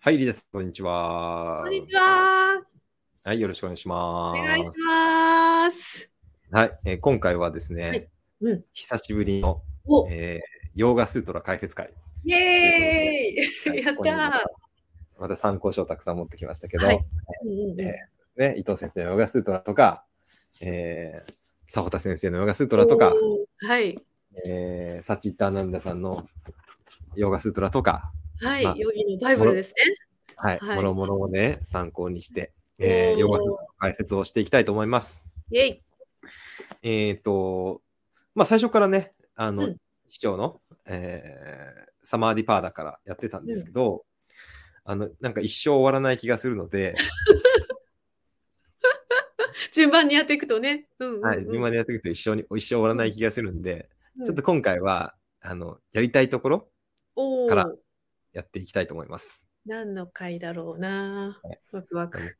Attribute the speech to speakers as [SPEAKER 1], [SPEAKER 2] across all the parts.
[SPEAKER 1] はい、リーです。こんにちは。
[SPEAKER 2] こんにちは。
[SPEAKER 1] はい、よろしくお願いし
[SPEAKER 2] お
[SPEAKER 1] ます。
[SPEAKER 2] 願いします。
[SPEAKER 1] はい、えー今回はですね、
[SPEAKER 2] はいうん
[SPEAKER 1] 久しぶりの、
[SPEAKER 2] お、イ
[SPEAKER 1] えー、ヨーガスートラ解説会。
[SPEAKER 2] エー
[SPEAKER 1] はい
[SPEAKER 2] イ。やっ
[SPEAKER 1] ここ
[SPEAKER 2] た
[SPEAKER 1] にま
[SPEAKER 2] ー。
[SPEAKER 1] また参考書をたくさん持ってきましたけど、
[SPEAKER 2] はいうんうんうん
[SPEAKER 1] えね、伊藤先生のヨーガスートラとか、えー、佐田先生のヨーガスートラとか、
[SPEAKER 2] おーはい。
[SPEAKER 1] えー、サチッターナンダさんのヨーガスートラとか、
[SPEAKER 2] は
[SPEAKER 1] まあ
[SPEAKER 2] い。ヨギのバイブルです
[SPEAKER 1] はい、
[SPEAKER 2] はい
[SPEAKER 1] もろもろをね、参考にして、えー、
[SPEAKER 2] おー
[SPEAKER 1] ヨーガスートラの解説をしていきたいと思います。
[SPEAKER 2] ね。イェイ。
[SPEAKER 1] えっ、と、まあ、最初からね、あの、
[SPEAKER 2] うん
[SPEAKER 1] 市長の、えーサマーディパーダからやってたんですけど、あの、なんか一生終わらない気がするので、
[SPEAKER 2] 順番にやっていくとね。うんうんうん。
[SPEAKER 1] はい、順番にやっていくと一生に、一生終わらない気がするんで、
[SPEAKER 2] うん
[SPEAKER 1] ちょっと今回は、あの、やりたいところ、
[SPEAKER 2] おー
[SPEAKER 1] からやっていきたいと思います。
[SPEAKER 2] 何の回だろうな
[SPEAKER 1] はい。
[SPEAKER 2] ワクワク
[SPEAKER 1] あ。のは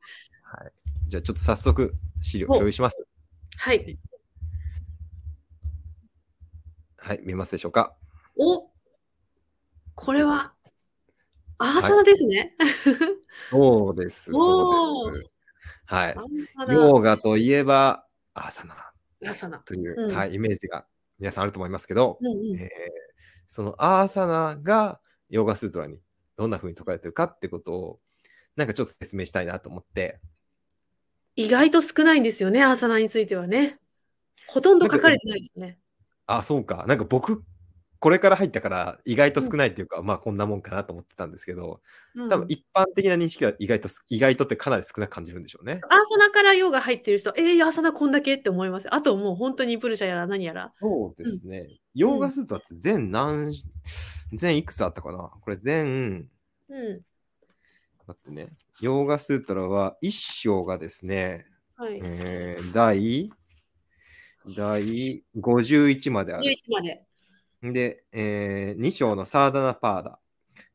[SPEAKER 1] い。じゃあ、ちょっと早速、資料
[SPEAKER 2] お
[SPEAKER 1] 共有します。
[SPEAKER 2] はい。
[SPEAKER 1] はい、見えますでしょうか。
[SPEAKER 2] お、これは、アーサナですね。
[SPEAKER 1] そうです、そ
[SPEAKER 2] おー
[SPEAKER 1] うです。はい
[SPEAKER 2] ア。ーサナ
[SPEAKER 1] ヨーガといえば、アーサナ
[SPEAKER 2] アーサナ。
[SPEAKER 1] という、
[SPEAKER 2] うん
[SPEAKER 1] はい、イメージが皆さんあると思いますけど、
[SPEAKER 2] うんうん
[SPEAKER 1] えーそのアーサナがヨーガスートラにどんな風に説かれてるかってことをなんかちょっと説明したいなと思って
[SPEAKER 2] 意外と少ないんですよね、アーサナについてはね。ほとんど書かれてないですね。
[SPEAKER 1] あそうかなんか僕これから入ったから意外と少ないっていうか、まあこんなもんかなと思ってたんですけど
[SPEAKER 2] うん
[SPEAKER 1] 多分一般的な認識は意外とす意外とってかなり少なく感じるんでしょうね。
[SPEAKER 2] アーサナからヨガ入ってる人、えー、アーサナこんだけって思います。あともう本当にプルシャやら何やら。
[SPEAKER 1] そうですね。ヨーガスートラって全何、全いくつあったかなこれ全
[SPEAKER 2] うん。
[SPEAKER 1] だってね、ヨーガスートラは一章がですね、
[SPEAKER 2] はい。11
[SPEAKER 1] えー第、第51まである。
[SPEAKER 2] まで。
[SPEAKER 1] で、え2章のサーダナパーダ。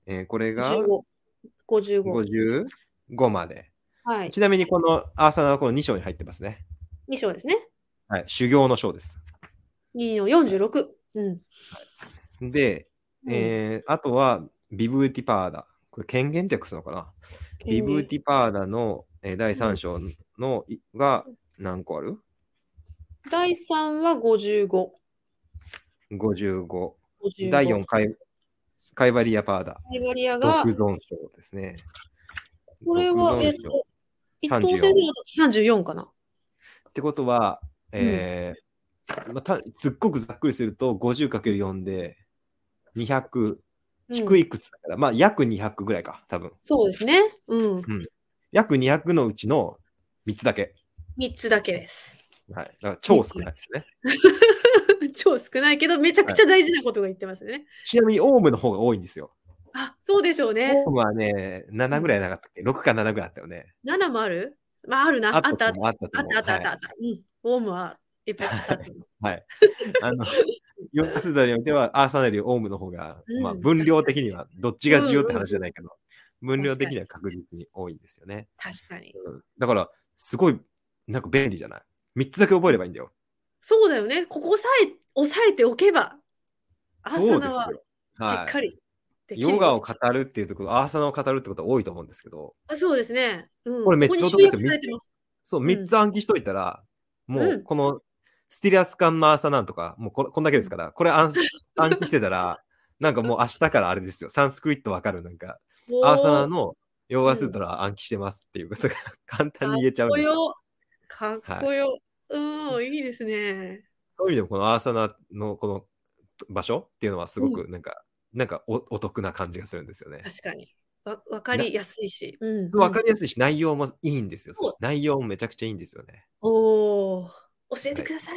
[SPEAKER 1] えーこれが
[SPEAKER 2] 55。55。
[SPEAKER 1] 55まで。
[SPEAKER 2] はい。
[SPEAKER 1] ちなみにこのアーサナはこの2章に入ってますね。
[SPEAKER 2] 2章ですね。
[SPEAKER 1] はい、修行の章です。
[SPEAKER 2] 2の46。うん。
[SPEAKER 1] で、
[SPEAKER 2] うん
[SPEAKER 1] えーあとはビブーティパーダ。これ権限って訳すのかな
[SPEAKER 2] 権
[SPEAKER 1] ビ
[SPEAKER 2] 限
[SPEAKER 1] ブーティパーダの、えー第3章の、いが何個ある
[SPEAKER 2] 第3は55。
[SPEAKER 1] ?55。
[SPEAKER 2] 55
[SPEAKER 1] 第4回、カイバリアパーダ。
[SPEAKER 2] カイバリアが
[SPEAKER 1] 独、存症ですね。
[SPEAKER 2] これは、
[SPEAKER 1] 独
[SPEAKER 2] え
[SPEAKER 1] 存
[SPEAKER 2] っ
[SPEAKER 1] 症
[SPEAKER 2] と、伊
[SPEAKER 1] 34
[SPEAKER 2] 藤先生の34かな。
[SPEAKER 1] ってことは、えーまあ、たすっごくざっくりすると 50×4 で200
[SPEAKER 2] うん
[SPEAKER 1] 低いくつだから、まあ約200ぐらいか多分
[SPEAKER 2] そうですね。うん。
[SPEAKER 1] 約200のうちの3つだけ、
[SPEAKER 2] 3つだけです。
[SPEAKER 1] はい、だから超少ないですね
[SPEAKER 2] 超少ないけど、めちゃくちゃ大事なことが言ってますね。
[SPEAKER 1] ちなみにオウムの方が多いんですよ
[SPEAKER 2] あ、そうでしょうね
[SPEAKER 1] オ。ウムはね7ぐらいなかったっけ6か7ぐらいあったよね
[SPEAKER 2] 7もあるまあ、あるな。あ
[SPEAKER 1] あ
[SPEAKER 2] ったあ
[SPEAKER 1] と。
[SPEAKER 2] った
[SPEAKER 1] 思うあったと
[SPEAKER 2] あ
[SPEAKER 1] 思う
[SPEAKER 2] ったあったあ
[SPEAKER 1] は
[SPEAKER 2] ったあ
[SPEAKER 1] い
[SPEAKER 2] った。うん。ウォームはいっぱいあったです。
[SPEAKER 1] はい。あの、 ヨガスートラにおいては、アーサナよりオウムの方が、
[SPEAKER 2] うん
[SPEAKER 1] まあ、分量的には、どっちが重要って話じゃないけど、分量的には確実に多いんですよね。
[SPEAKER 2] 確かに。
[SPEAKER 1] うんだから、すごい、なんか便利じゃない ?3 つだけ覚えればいいんだよ。
[SPEAKER 2] そうだよね。ここさえ押さえておけば、アー
[SPEAKER 1] そ
[SPEAKER 2] サ
[SPEAKER 1] うで
[SPEAKER 2] ナ
[SPEAKER 1] す
[SPEAKER 2] は
[SPEAKER 1] よ。
[SPEAKER 2] しっ
[SPEAKER 1] は
[SPEAKER 2] かりで
[SPEAKER 1] い。
[SPEAKER 2] きる。
[SPEAKER 1] ヨガを語るっていうところ、アーサナを語るってことは多いと思うんですけど、
[SPEAKER 2] あそうですね。うん、
[SPEAKER 1] これめっちゃ
[SPEAKER 2] ここに
[SPEAKER 1] お得で
[SPEAKER 2] 集
[SPEAKER 1] す
[SPEAKER 2] 約
[SPEAKER 1] よ
[SPEAKER 2] されてます。
[SPEAKER 1] そう、
[SPEAKER 2] ん
[SPEAKER 1] 3つ暗記しといたら、も
[SPEAKER 2] う
[SPEAKER 1] う、
[SPEAKER 2] ん
[SPEAKER 1] この、スティリアス缶のアーサナンとか、もうこれこんだけですから、これ暗暗記してたら、なんかもう明日からあれですよ、サンスクリットわかる、なんか、アーサナ
[SPEAKER 2] の
[SPEAKER 1] のヨガスートラは暗記してますっていうことが簡単に言えちゃう
[SPEAKER 2] か
[SPEAKER 1] ん
[SPEAKER 2] っこ
[SPEAKER 1] で、
[SPEAKER 2] よ。かっこよ。うん、いいですね。
[SPEAKER 1] そういう意味でもこのアーサナのこの場所っていうのはすごくなんか、なんかおお得な感じがするんですよね。
[SPEAKER 2] 確かに。わわかりやすいし。うん。
[SPEAKER 1] そうわか
[SPEAKER 2] り
[SPEAKER 1] りやすいし、内容もいいんですよ。
[SPEAKER 2] そう
[SPEAKER 1] そして内容もめちゃくちゃいいんですよね。
[SPEAKER 2] おー教えてください。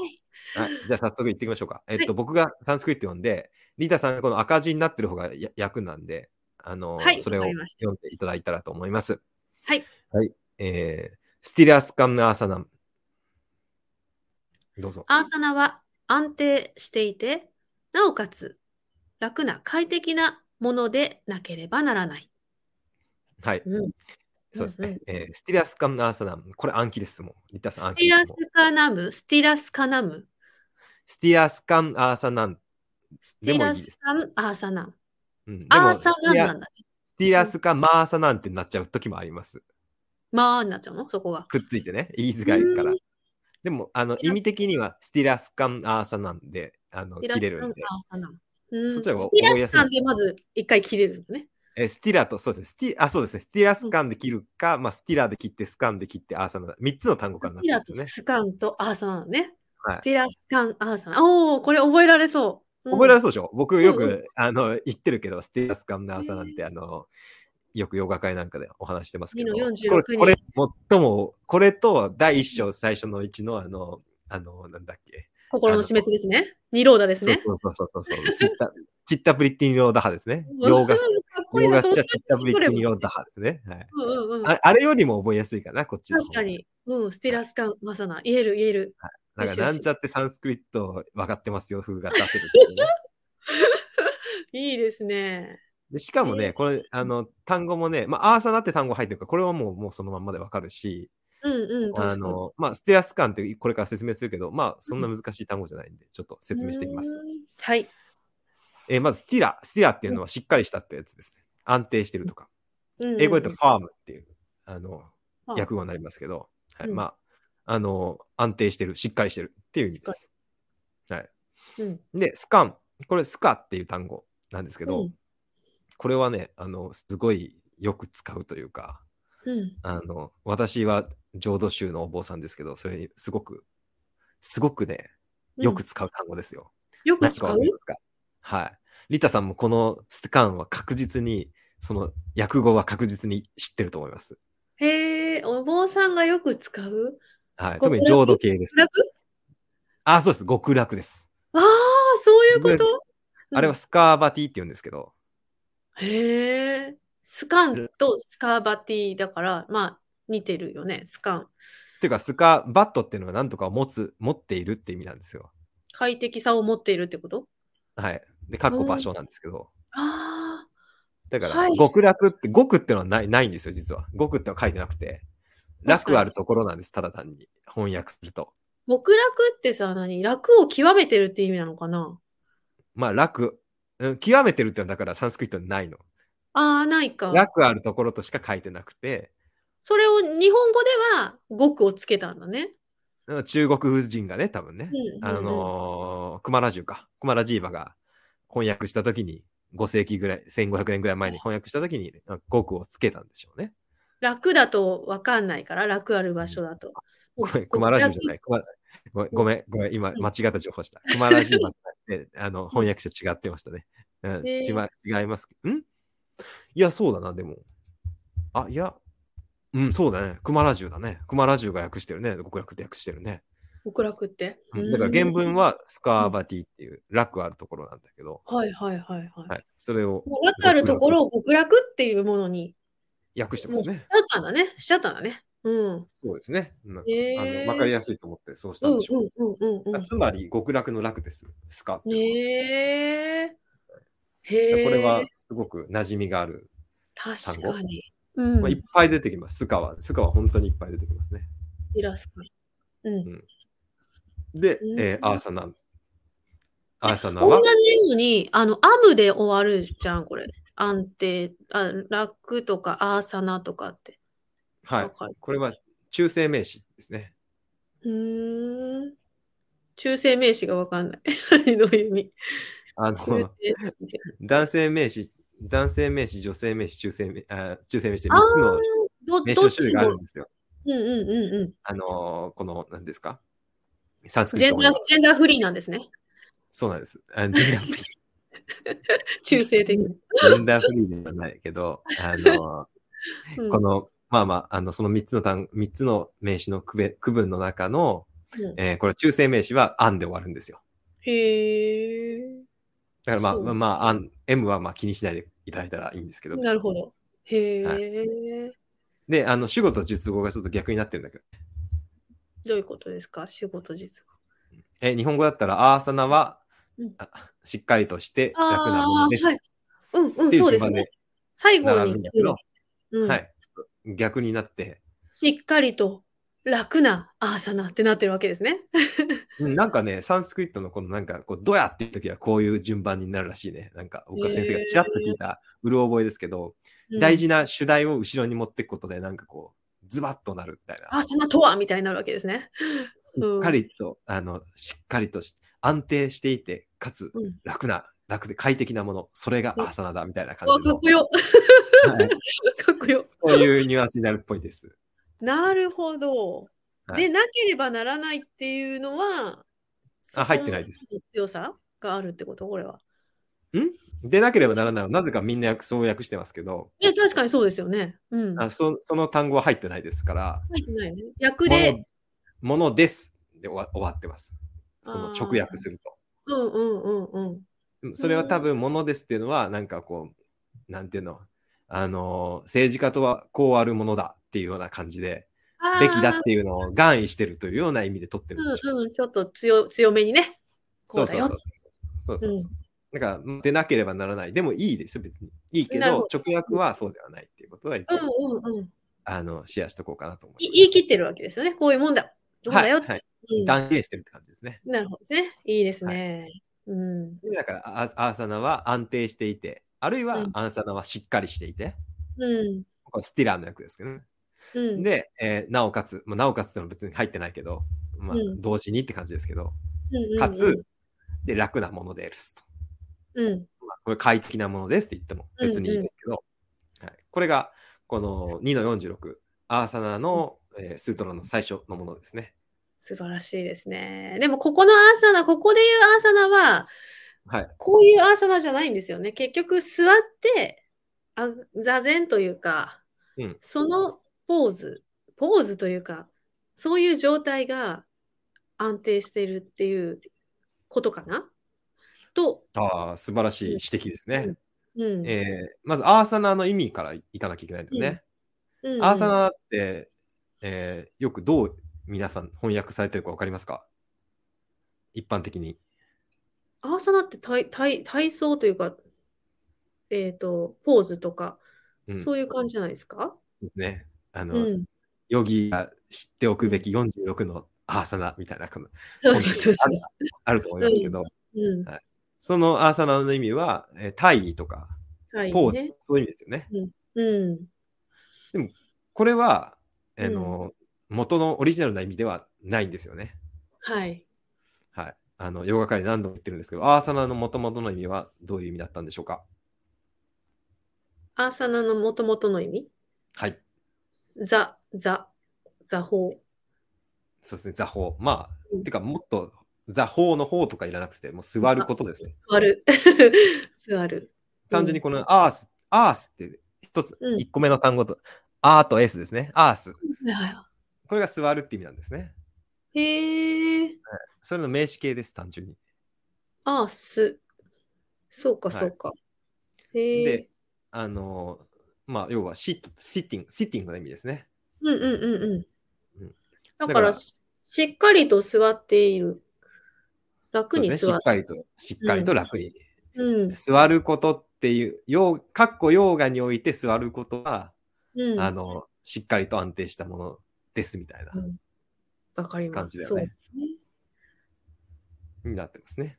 [SPEAKER 1] はい、じゃあ早速行ってみましょうか。えっと、僕がサンスクリット読んで、リータさんがこの赤字になってる方がや役なんで、あの、
[SPEAKER 2] はい
[SPEAKER 1] それを
[SPEAKER 2] わかりました
[SPEAKER 1] 読んでいただいたらと思います。
[SPEAKER 2] はい。
[SPEAKER 1] はい。えー、スティラスカムアーサナム。どうぞ。
[SPEAKER 2] アーサナは安定していて、なおかつ楽な快適なものでなければならない。
[SPEAKER 1] はい。
[SPEAKER 2] うん、
[SPEAKER 1] そうですね。
[SPEAKER 2] うんうん
[SPEAKER 1] えースティラスカムアーサナム。これ暗記ですもん。リタさん
[SPEAKER 2] ス
[SPEAKER 1] 暗
[SPEAKER 2] テ
[SPEAKER 1] 記
[SPEAKER 2] ィ
[SPEAKER 1] で
[SPEAKER 2] ラ
[SPEAKER 1] す
[SPEAKER 2] ス
[SPEAKER 1] もん
[SPEAKER 2] カナム、スティラスカナム、
[SPEAKER 1] スティラスカムアーサナム。
[SPEAKER 2] スティラ
[SPEAKER 1] でもいいで
[SPEAKER 2] ス
[SPEAKER 1] す
[SPEAKER 2] カム、アーサナム。
[SPEAKER 1] うん、でも
[SPEAKER 2] アーサナムなんだね。
[SPEAKER 1] スティラスかマーサなんてなっちゃう時もあります。
[SPEAKER 2] まあになっちゃうのそこが。
[SPEAKER 1] くっついてね、言いづらいから
[SPEAKER 2] う。
[SPEAKER 1] でも、あの、意味的にはスティラスカンアーサなんで、あの、
[SPEAKER 2] ティラ
[SPEAKER 1] 切
[SPEAKER 2] ス
[SPEAKER 1] れるんで。
[SPEAKER 2] さんあーそうなのうん
[SPEAKER 1] そっちの方が
[SPEAKER 2] スティ
[SPEAKER 1] 覚えや
[SPEAKER 2] ラス
[SPEAKER 1] すい
[SPEAKER 2] さんでまず一回切れるのね。
[SPEAKER 1] え、スティラと、そうですね、スティ、あ、そうですね、スティラスカンで切るか、まあ、スティラで切って、スカンで切って、アーサなんで、3つの単語からなっ
[SPEAKER 2] スティ
[SPEAKER 1] てるん
[SPEAKER 2] ラ
[SPEAKER 1] です
[SPEAKER 2] と
[SPEAKER 1] よね。
[SPEAKER 2] スカンとアーサーなのね。
[SPEAKER 1] はい
[SPEAKER 2] スティラスカン、アーサー。おお、これ覚えられそう。
[SPEAKER 1] 覚えられ
[SPEAKER 2] そ
[SPEAKER 1] そうでしょ僕よく、
[SPEAKER 2] うんうん
[SPEAKER 1] あの、言ってるけど、スティラスカンのアーサなんて、あの、よくヨガ会なんかでお話してますけど、
[SPEAKER 2] 次の46
[SPEAKER 1] これ、これ、最も、これと第一章最初のうちの、あの、あの、なんだっけ、
[SPEAKER 2] うん心の死滅ですね。ニローダです
[SPEAKER 1] そう
[SPEAKER 2] ね。
[SPEAKER 1] そうそうそうそうそう。チッタ、 チッタプリティニローダ派ですね。
[SPEAKER 2] うん
[SPEAKER 1] 洋菓子
[SPEAKER 2] か。っこいい
[SPEAKER 1] 洋
[SPEAKER 2] な
[SPEAKER 1] 菓子
[SPEAKER 2] そん
[SPEAKER 1] は
[SPEAKER 2] な
[SPEAKER 1] チッタプリティニロー
[SPEAKER 2] う
[SPEAKER 1] ダ派ですね。はい。
[SPEAKER 2] んうんうん
[SPEAKER 1] ああれよりも覚えやすいかな、こっちの方
[SPEAKER 2] 確か。に。うん、スティラスカン、アーサーな。言える、言える。
[SPEAKER 1] なんか、
[SPEAKER 2] よしよ
[SPEAKER 1] な
[SPEAKER 2] し
[SPEAKER 1] んちゃってサンスクリット分かってますよ、風が出せる、ね
[SPEAKER 2] いいですね。
[SPEAKER 1] で。しかもね、これ、あの、単語もね、まあ、アーサナって単語入ってるから、これはもう、もうそのまんまで分かるし、
[SPEAKER 2] うんうん、確か
[SPEAKER 1] あ
[SPEAKER 2] に。
[SPEAKER 1] の、まあ、ステラス感ってこれから説明するけど、まあ、そんな難しい単語じゃないんで、ちょっと説明していきます。
[SPEAKER 2] うーん。はい。
[SPEAKER 1] えーまず、スティラ。スティラっていうのはしっかりしたってやつですね。安定してるとか。
[SPEAKER 2] うんうん
[SPEAKER 1] 英語で言うとファームっていう、あの、
[SPEAKER 2] あ
[SPEAKER 1] 訳語になりますけど、はい、
[SPEAKER 2] うん
[SPEAKER 1] まあ、あの、安定してる、しっかりしてるっていう意味です。はい。
[SPEAKER 2] うん
[SPEAKER 1] で、スカン。これ、スカっていう単語なんですけど、
[SPEAKER 2] うん
[SPEAKER 1] これはね、あの、すごいよく使うというか、
[SPEAKER 2] うん。
[SPEAKER 1] あの、私は浄土宗のお坊さんですけど、それにすごく、すごくね、よく使う単語ですよ。
[SPEAKER 2] よく
[SPEAKER 1] 何か
[SPEAKER 2] 使
[SPEAKER 1] わ
[SPEAKER 2] う
[SPEAKER 1] かりますかはい。リタさんもこのスカンは確実に、その訳語は確実に知ってると思います。
[SPEAKER 2] へえ、お坊さんがよく使う
[SPEAKER 1] はい。
[SPEAKER 2] 極
[SPEAKER 1] 特
[SPEAKER 2] 楽
[SPEAKER 1] に浄土系です。
[SPEAKER 2] 楽
[SPEAKER 1] あ、そうです。極楽です。
[SPEAKER 2] ああ、そういうこと
[SPEAKER 1] あれは。スカーバティって言うんですけど、
[SPEAKER 2] うんへえ。スカンとスカーバティだから、まあ、似てるよね。スカン。
[SPEAKER 1] っていうか、スカバットっていうのは何とかを持つ、持っているって意味なんですよ。
[SPEAKER 2] 快適さを持っているってこと
[SPEAKER 1] はい。で、かっこ場所なんですけど。
[SPEAKER 2] ああ、
[SPEAKER 1] だから、
[SPEAKER 2] はい
[SPEAKER 1] 極楽って、極ってのはないないんですよ、実は。極っては書いてなくて。
[SPEAKER 2] 確かに
[SPEAKER 1] 楽あるところなんです、ただ単に。翻訳すると。
[SPEAKER 2] 極楽ってさ、何楽を極めてるって意味なのかな
[SPEAKER 1] まあ、楽。うん極めてるってのは、だからサンスクリットにないの。
[SPEAKER 2] ああ、ないか。
[SPEAKER 1] 楽あるところとしか書いてなくて、
[SPEAKER 2] それを日本語では極をつけたんだね。
[SPEAKER 1] うん中国人がね、多分ね、
[SPEAKER 2] うん
[SPEAKER 1] あのークマラジュか、クマラジーバが翻訳したときに、5世紀ぐらい、1500年ぐらい前に翻訳したときに、語句をつけたんでしょうね。
[SPEAKER 2] 楽だとわかんないから、楽ある場所だと。
[SPEAKER 1] ごめん、クマラジュじゃない。クマごめん、ごめん、ごめん今、間違った情報 した。クマラジーバじゃなくて、あの翻訳者違ってましたね。うん、
[SPEAKER 2] へー
[SPEAKER 1] ちま違います。んいや、そうだな、でも。あ、いや、うん、そうだね。クマラジュだね。クマラジュが訳してるね。極楽って訳してるね。
[SPEAKER 2] 極楽って。
[SPEAKER 1] うんだから原文はスカーバティっていう楽あるところなんだけど、
[SPEAKER 2] うん。はいはいはいはい。
[SPEAKER 1] はい、それを
[SPEAKER 2] もう楽あるところを極楽っていうものに
[SPEAKER 1] 訳してますね
[SPEAKER 2] し。ちゃったんだね。しちゃったんだね。うん。
[SPEAKER 1] そうですね。なんか
[SPEAKER 2] へー
[SPEAKER 1] あのわかりやすいと思ってそうした
[SPEAKER 2] うんん
[SPEAKER 1] でしょう。
[SPEAKER 2] うんうんうんう
[SPEAKER 1] あつまり極楽の楽です。スカって
[SPEAKER 2] ん。
[SPEAKER 1] いう
[SPEAKER 2] へ
[SPEAKER 1] の
[SPEAKER 2] え。へ
[SPEAKER 1] は。
[SPEAKER 2] え。
[SPEAKER 1] これはすごく馴染みがある。
[SPEAKER 2] 確
[SPEAKER 1] 単
[SPEAKER 2] かに。うん。
[SPEAKER 1] まあ、いっぱい出てきます。スカは。スカは本当にいっぱい出てきますね。
[SPEAKER 2] イラスカ。うん。
[SPEAKER 1] で
[SPEAKER 2] う、ん
[SPEAKER 1] えーアーサナン。アーサナン
[SPEAKER 2] 同
[SPEAKER 1] は
[SPEAKER 2] じように、あの、アムで終わるじゃん、これ。安定、あ楽とか、アーサナとかって。
[SPEAKER 1] はい、
[SPEAKER 2] かる
[SPEAKER 1] これは中性名詞ですね。
[SPEAKER 2] うーん。中性名詞がわかんない。 何の意味
[SPEAKER 1] あの
[SPEAKER 2] 中性名詞って
[SPEAKER 1] 男性名詞、男性名詞、女性名詞、中性名あ中性名詞で
[SPEAKER 2] あー
[SPEAKER 1] 3つの
[SPEAKER 2] ど
[SPEAKER 1] 名詞
[SPEAKER 2] ど
[SPEAKER 1] の
[SPEAKER 2] っ
[SPEAKER 1] 種類
[SPEAKER 2] ち
[SPEAKER 1] があ
[SPEAKER 2] も
[SPEAKER 1] るん。ですよ。
[SPEAKER 2] うんうんうんうん。
[SPEAKER 1] あのーこの、何ですかサンスク
[SPEAKER 2] ジ
[SPEAKER 1] リッ
[SPEAKER 2] ェ
[SPEAKER 1] ト
[SPEAKER 2] ン
[SPEAKER 1] 語
[SPEAKER 2] ダー
[SPEAKER 1] の。
[SPEAKER 2] ジェンダーフリーなんですね。
[SPEAKER 1] そうなんです。あジェンダーフリー
[SPEAKER 2] 中性的に。
[SPEAKER 1] ジェンダーフリーではないけど、あの
[SPEAKER 2] う
[SPEAKER 1] ー
[SPEAKER 2] ん
[SPEAKER 1] この、まあまあ、あの、その3つの単、三つの名詞の区別区分の中の、
[SPEAKER 2] うん
[SPEAKER 1] えーこれ中性名詞はアンで終わるんですよ。
[SPEAKER 2] へえ。
[SPEAKER 1] だからまあ、
[SPEAKER 2] そう
[SPEAKER 1] まあまあ、アン、M はまあ気にしないでいただいたらいいんですけど。
[SPEAKER 2] なるほ
[SPEAKER 1] 別に。
[SPEAKER 2] ど。へえ、
[SPEAKER 1] はで、あの、主語と述語がちょっと逆になってるんだけど、
[SPEAKER 2] どういうことですか仕事実務。
[SPEAKER 1] えー日本語だったら、アーサナは、
[SPEAKER 2] うん
[SPEAKER 1] あしっかりとして楽なも
[SPEAKER 2] あ
[SPEAKER 1] ので
[SPEAKER 2] あ、
[SPEAKER 1] す。っ
[SPEAKER 2] はい。うんう
[SPEAKER 1] て
[SPEAKER 2] ん、
[SPEAKER 1] い
[SPEAKER 2] そうう
[SPEAKER 1] 順
[SPEAKER 2] です
[SPEAKER 1] 番で
[SPEAKER 2] ね。最後
[SPEAKER 1] 並ぶん
[SPEAKER 2] に
[SPEAKER 1] だけど、
[SPEAKER 2] うん
[SPEAKER 1] はい。逆になって、
[SPEAKER 2] しっかりと楽なアーサナってなってるわけですね。
[SPEAKER 1] うんなんかね、サンスクリットのこのなんか、こう、どうやっていう時はこういう順番になるらしいね。なんか、僕は先生がちらっと聞いた、うる覚えですけど、
[SPEAKER 2] うん
[SPEAKER 1] 大事な主題を後ろに持っていくことで、なんかこう、ズバッとなるみたいな。
[SPEAKER 2] アーサナとはみたいになるわけですね。
[SPEAKER 1] しっかりと、あの、しっかりとし安定していて、かつ
[SPEAKER 2] うん
[SPEAKER 1] 楽な、楽で快適なもの、それがアーサナだみたいな
[SPEAKER 2] う
[SPEAKER 1] 感
[SPEAKER 2] わ
[SPEAKER 1] じ
[SPEAKER 2] か
[SPEAKER 1] の
[SPEAKER 2] っこよ。
[SPEAKER 1] はい
[SPEAKER 2] かっこよ。
[SPEAKER 1] そういうニュアンスになるっぽいです。
[SPEAKER 2] なるほど。
[SPEAKER 1] はい
[SPEAKER 2] で、なければならないっていうのは、そこの
[SPEAKER 1] 入ってないです。
[SPEAKER 2] 強さがあるってことこれは。
[SPEAKER 1] でなければならないのはなぜかみんな訳そう訳してますけど、
[SPEAKER 2] いや、確かにそうですよね。うん。入
[SPEAKER 1] あそその単語は入ってないですから、
[SPEAKER 2] ってないよね。役
[SPEAKER 1] も
[SPEAKER 2] で
[SPEAKER 1] の、ものですで終わ終わってます。その
[SPEAKER 2] あー
[SPEAKER 1] 直訳すると。
[SPEAKER 2] うんうんうんうん。
[SPEAKER 1] うんそれは多分、ものですっていうのは、なんかこう、なんていうの、あのー、政治家とはこうあるものだっていうような感じで、
[SPEAKER 2] あー
[SPEAKER 1] べきだっていうのを願意してるというような意味で取ってるんでしょう。
[SPEAKER 2] うんうん、ちょっと強強めにね。こ
[SPEAKER 1] そう
[SPEAKER 2] うだ
[SPEAKER 1] そう
[SPEAKER 2] よ
[SPEAKER 1] そう。そうそうそうそう。だから、でなければならない。でもいいですよ、別に。いいけ
[SPEAKER 2] なる
[SPEAKER 1] ど、
[SPEAKER 2] ほ
[SPEAKER 1] 直訳はそうではないっていうことは一応、
[SPEAKER 2] うんうんうん。
[SPEAKER 1] あの、シェアしとこうかなと思い
[SPEAKER 2] い
[SPEAKER 1] ます。
[SPEAKER 2] 言い切ってるわけですよね。こういうもんだ。どうだよって。
[SPEAKER 1] はい、
[SPEAKER 2] うん
[SPEAKER 1] 断言してるって感じですね。
[SPEAKER 2] なるほどですね。いいですね。うん。
[SPEAKER 1] だから、アーアーサナは安定していて、あるいは
[SPEAKER 2] うん
[SPEAKER 1] アーサナはしっかりしていて、
[SPEAKER 2] うん。
[SPEAKER 1] これスティラーの役ですけどね。
[SPEAKER 2] うん、
[SPEAKER 1] で、えーなおかつ、まあ、なおかつってのは別に入ってないけど、まあ
[SPEAKER 2] うん、
[SPEAKER 1] 同時にって感じですけど、
[SPEAKER 2] うんうんうん
[SPEAKER 1] かつ、で、楽なものですと。
[SPEAKER 2] うん。
[SPEAKER 1] まあこれ快適なものですって言っても別にいいんですけど、はい、これがこの2の46アーサナの、えースートラの最初のものですね。
[SPEAKER 2] 素晴らしいですね。でも、ここのアーサナ、ここでいうアーサナは、
[SPEAKER 1] はい、
[SPEAKER 2] こういうアーサナじゃないんですよね。結局、座って、あ座禅というか、
[SPEAKER 1] うん
[SPEAKER 2] そのポーズ、ポーズというか、そういう状態が安定しているっていうことかなと、
[SPEAKER 1] ああ素晴らしい指摘ですね。
[SPEAKER 2] うん。
[SPEAKER 1] えーまずアーサナの意味からいかなきゃいけないんだよね。
[SPEAKER 2] うん
[SPEAKER 1] アーサナって、えーよくどう皆さん翻訳されてるか分かりますか一般的に。
[SPEAKER 2] アーサナって体体体操というか、えっ、と、ポーズとか、
[SPEAKER 1] うん、
[SPEAKER 2] そういう感じじゃないですか。
[SPEAKER 1] ですね。あ
[SPEAKER 2] う
[SPEAKER 1] の、
[SPEAKER 2] ん。
[SPEAKER 1] ヨギが知っておくべき46のアーサナみたいなこの
[SPEAKER 2] そうそうそうそう。
[SPEAKER 1] あると思いますけど、
[SPEAKER 2] うん。
[SPEAKER 1] そのアーサナの意味は、えー大意とか
[SPEAKER 2] はい、
[SPEAKER 1] ポーズ、
[SPEAKER 2] ね。
[SPEAKER 1] そういう意味ですよね。
[SPEAKER 2] うん。
[SPEAKER 1] これは、あの元のオリジナルな意味ではないんですよね。
[SPEAKER 2] はい。
[SPEAKER 1] はい。あの、ヨガ界で何度も言ってるんですけど、アーサナの元々の意味はどういう意味だったんでしょうか
[SPEAKER 2] アーサナのもともとの意味
[SPEAKER 1] はい。
[SPEAKER 2] ザ、ザ、座法。
[SPEAKER 1] そうですね、座法。まあ、
[SPEAKER 2] うん
[SPEAKER 1] てか、もっと座法の方とかいらなくて、もう座ることですね。
[SPEAKER 2] 座る。 座る。
[SPEAKER 1] 単純にこのアース、アースって一つ、
[SPEAKER 2] うん
[SPEAKER 1] 一個目の単語と、アーとエースですね。アース。
[SPEAKER 2] は
[SPEAKER 1] これが座るって意味なんですね。
[SPEAKER 2] いへえ。
[SPEAKER 1] それの名詞形です、単純に。
[SPEAKER 2] アース。そうか、
[SPEAKER 1] はい
[SPEAKER 2] そうか。へえ
[SPEAKER 1] で。あのーまあ、要はシット、シッティング、シッティングの意味ですね。
[SPEAKER 2] うんうんうんう
[SPEAKER 1] うんん。
[SPEAKER 2] だ
[SPEAKER 1] だ
[SPEAKER 2] か、
[SPEAKER 1] からら
[SPEAKER 2] ししっかりと座っている。楽に
[SPEAKER 1] そうです
[SPEAKER 2] 座
[SPEAKER 1] ね。しっ。
[SPEAKER 2] る
[SPEAKER 1] かりと、しっかりと楽に。
[SPEAKER 2] うん。
[SPEAKER 1] 座ることっていう、よう、かっこヨガにおいて座ることは、
[SPEAKER 2] うん。
[SPEAKER 1] あの、しっかりと安定したものですみたいな、
[SPEAKER 2] うんわかりま
[SPEAKER 1] 感
[SPEAKER 2] す。
[SPEAKER 1] じだよ
[SPEAKER 2] そう
[SPEAKER 1] ね
[SPEAKER 2] ですね。
[SPEAKER 1] になってますね。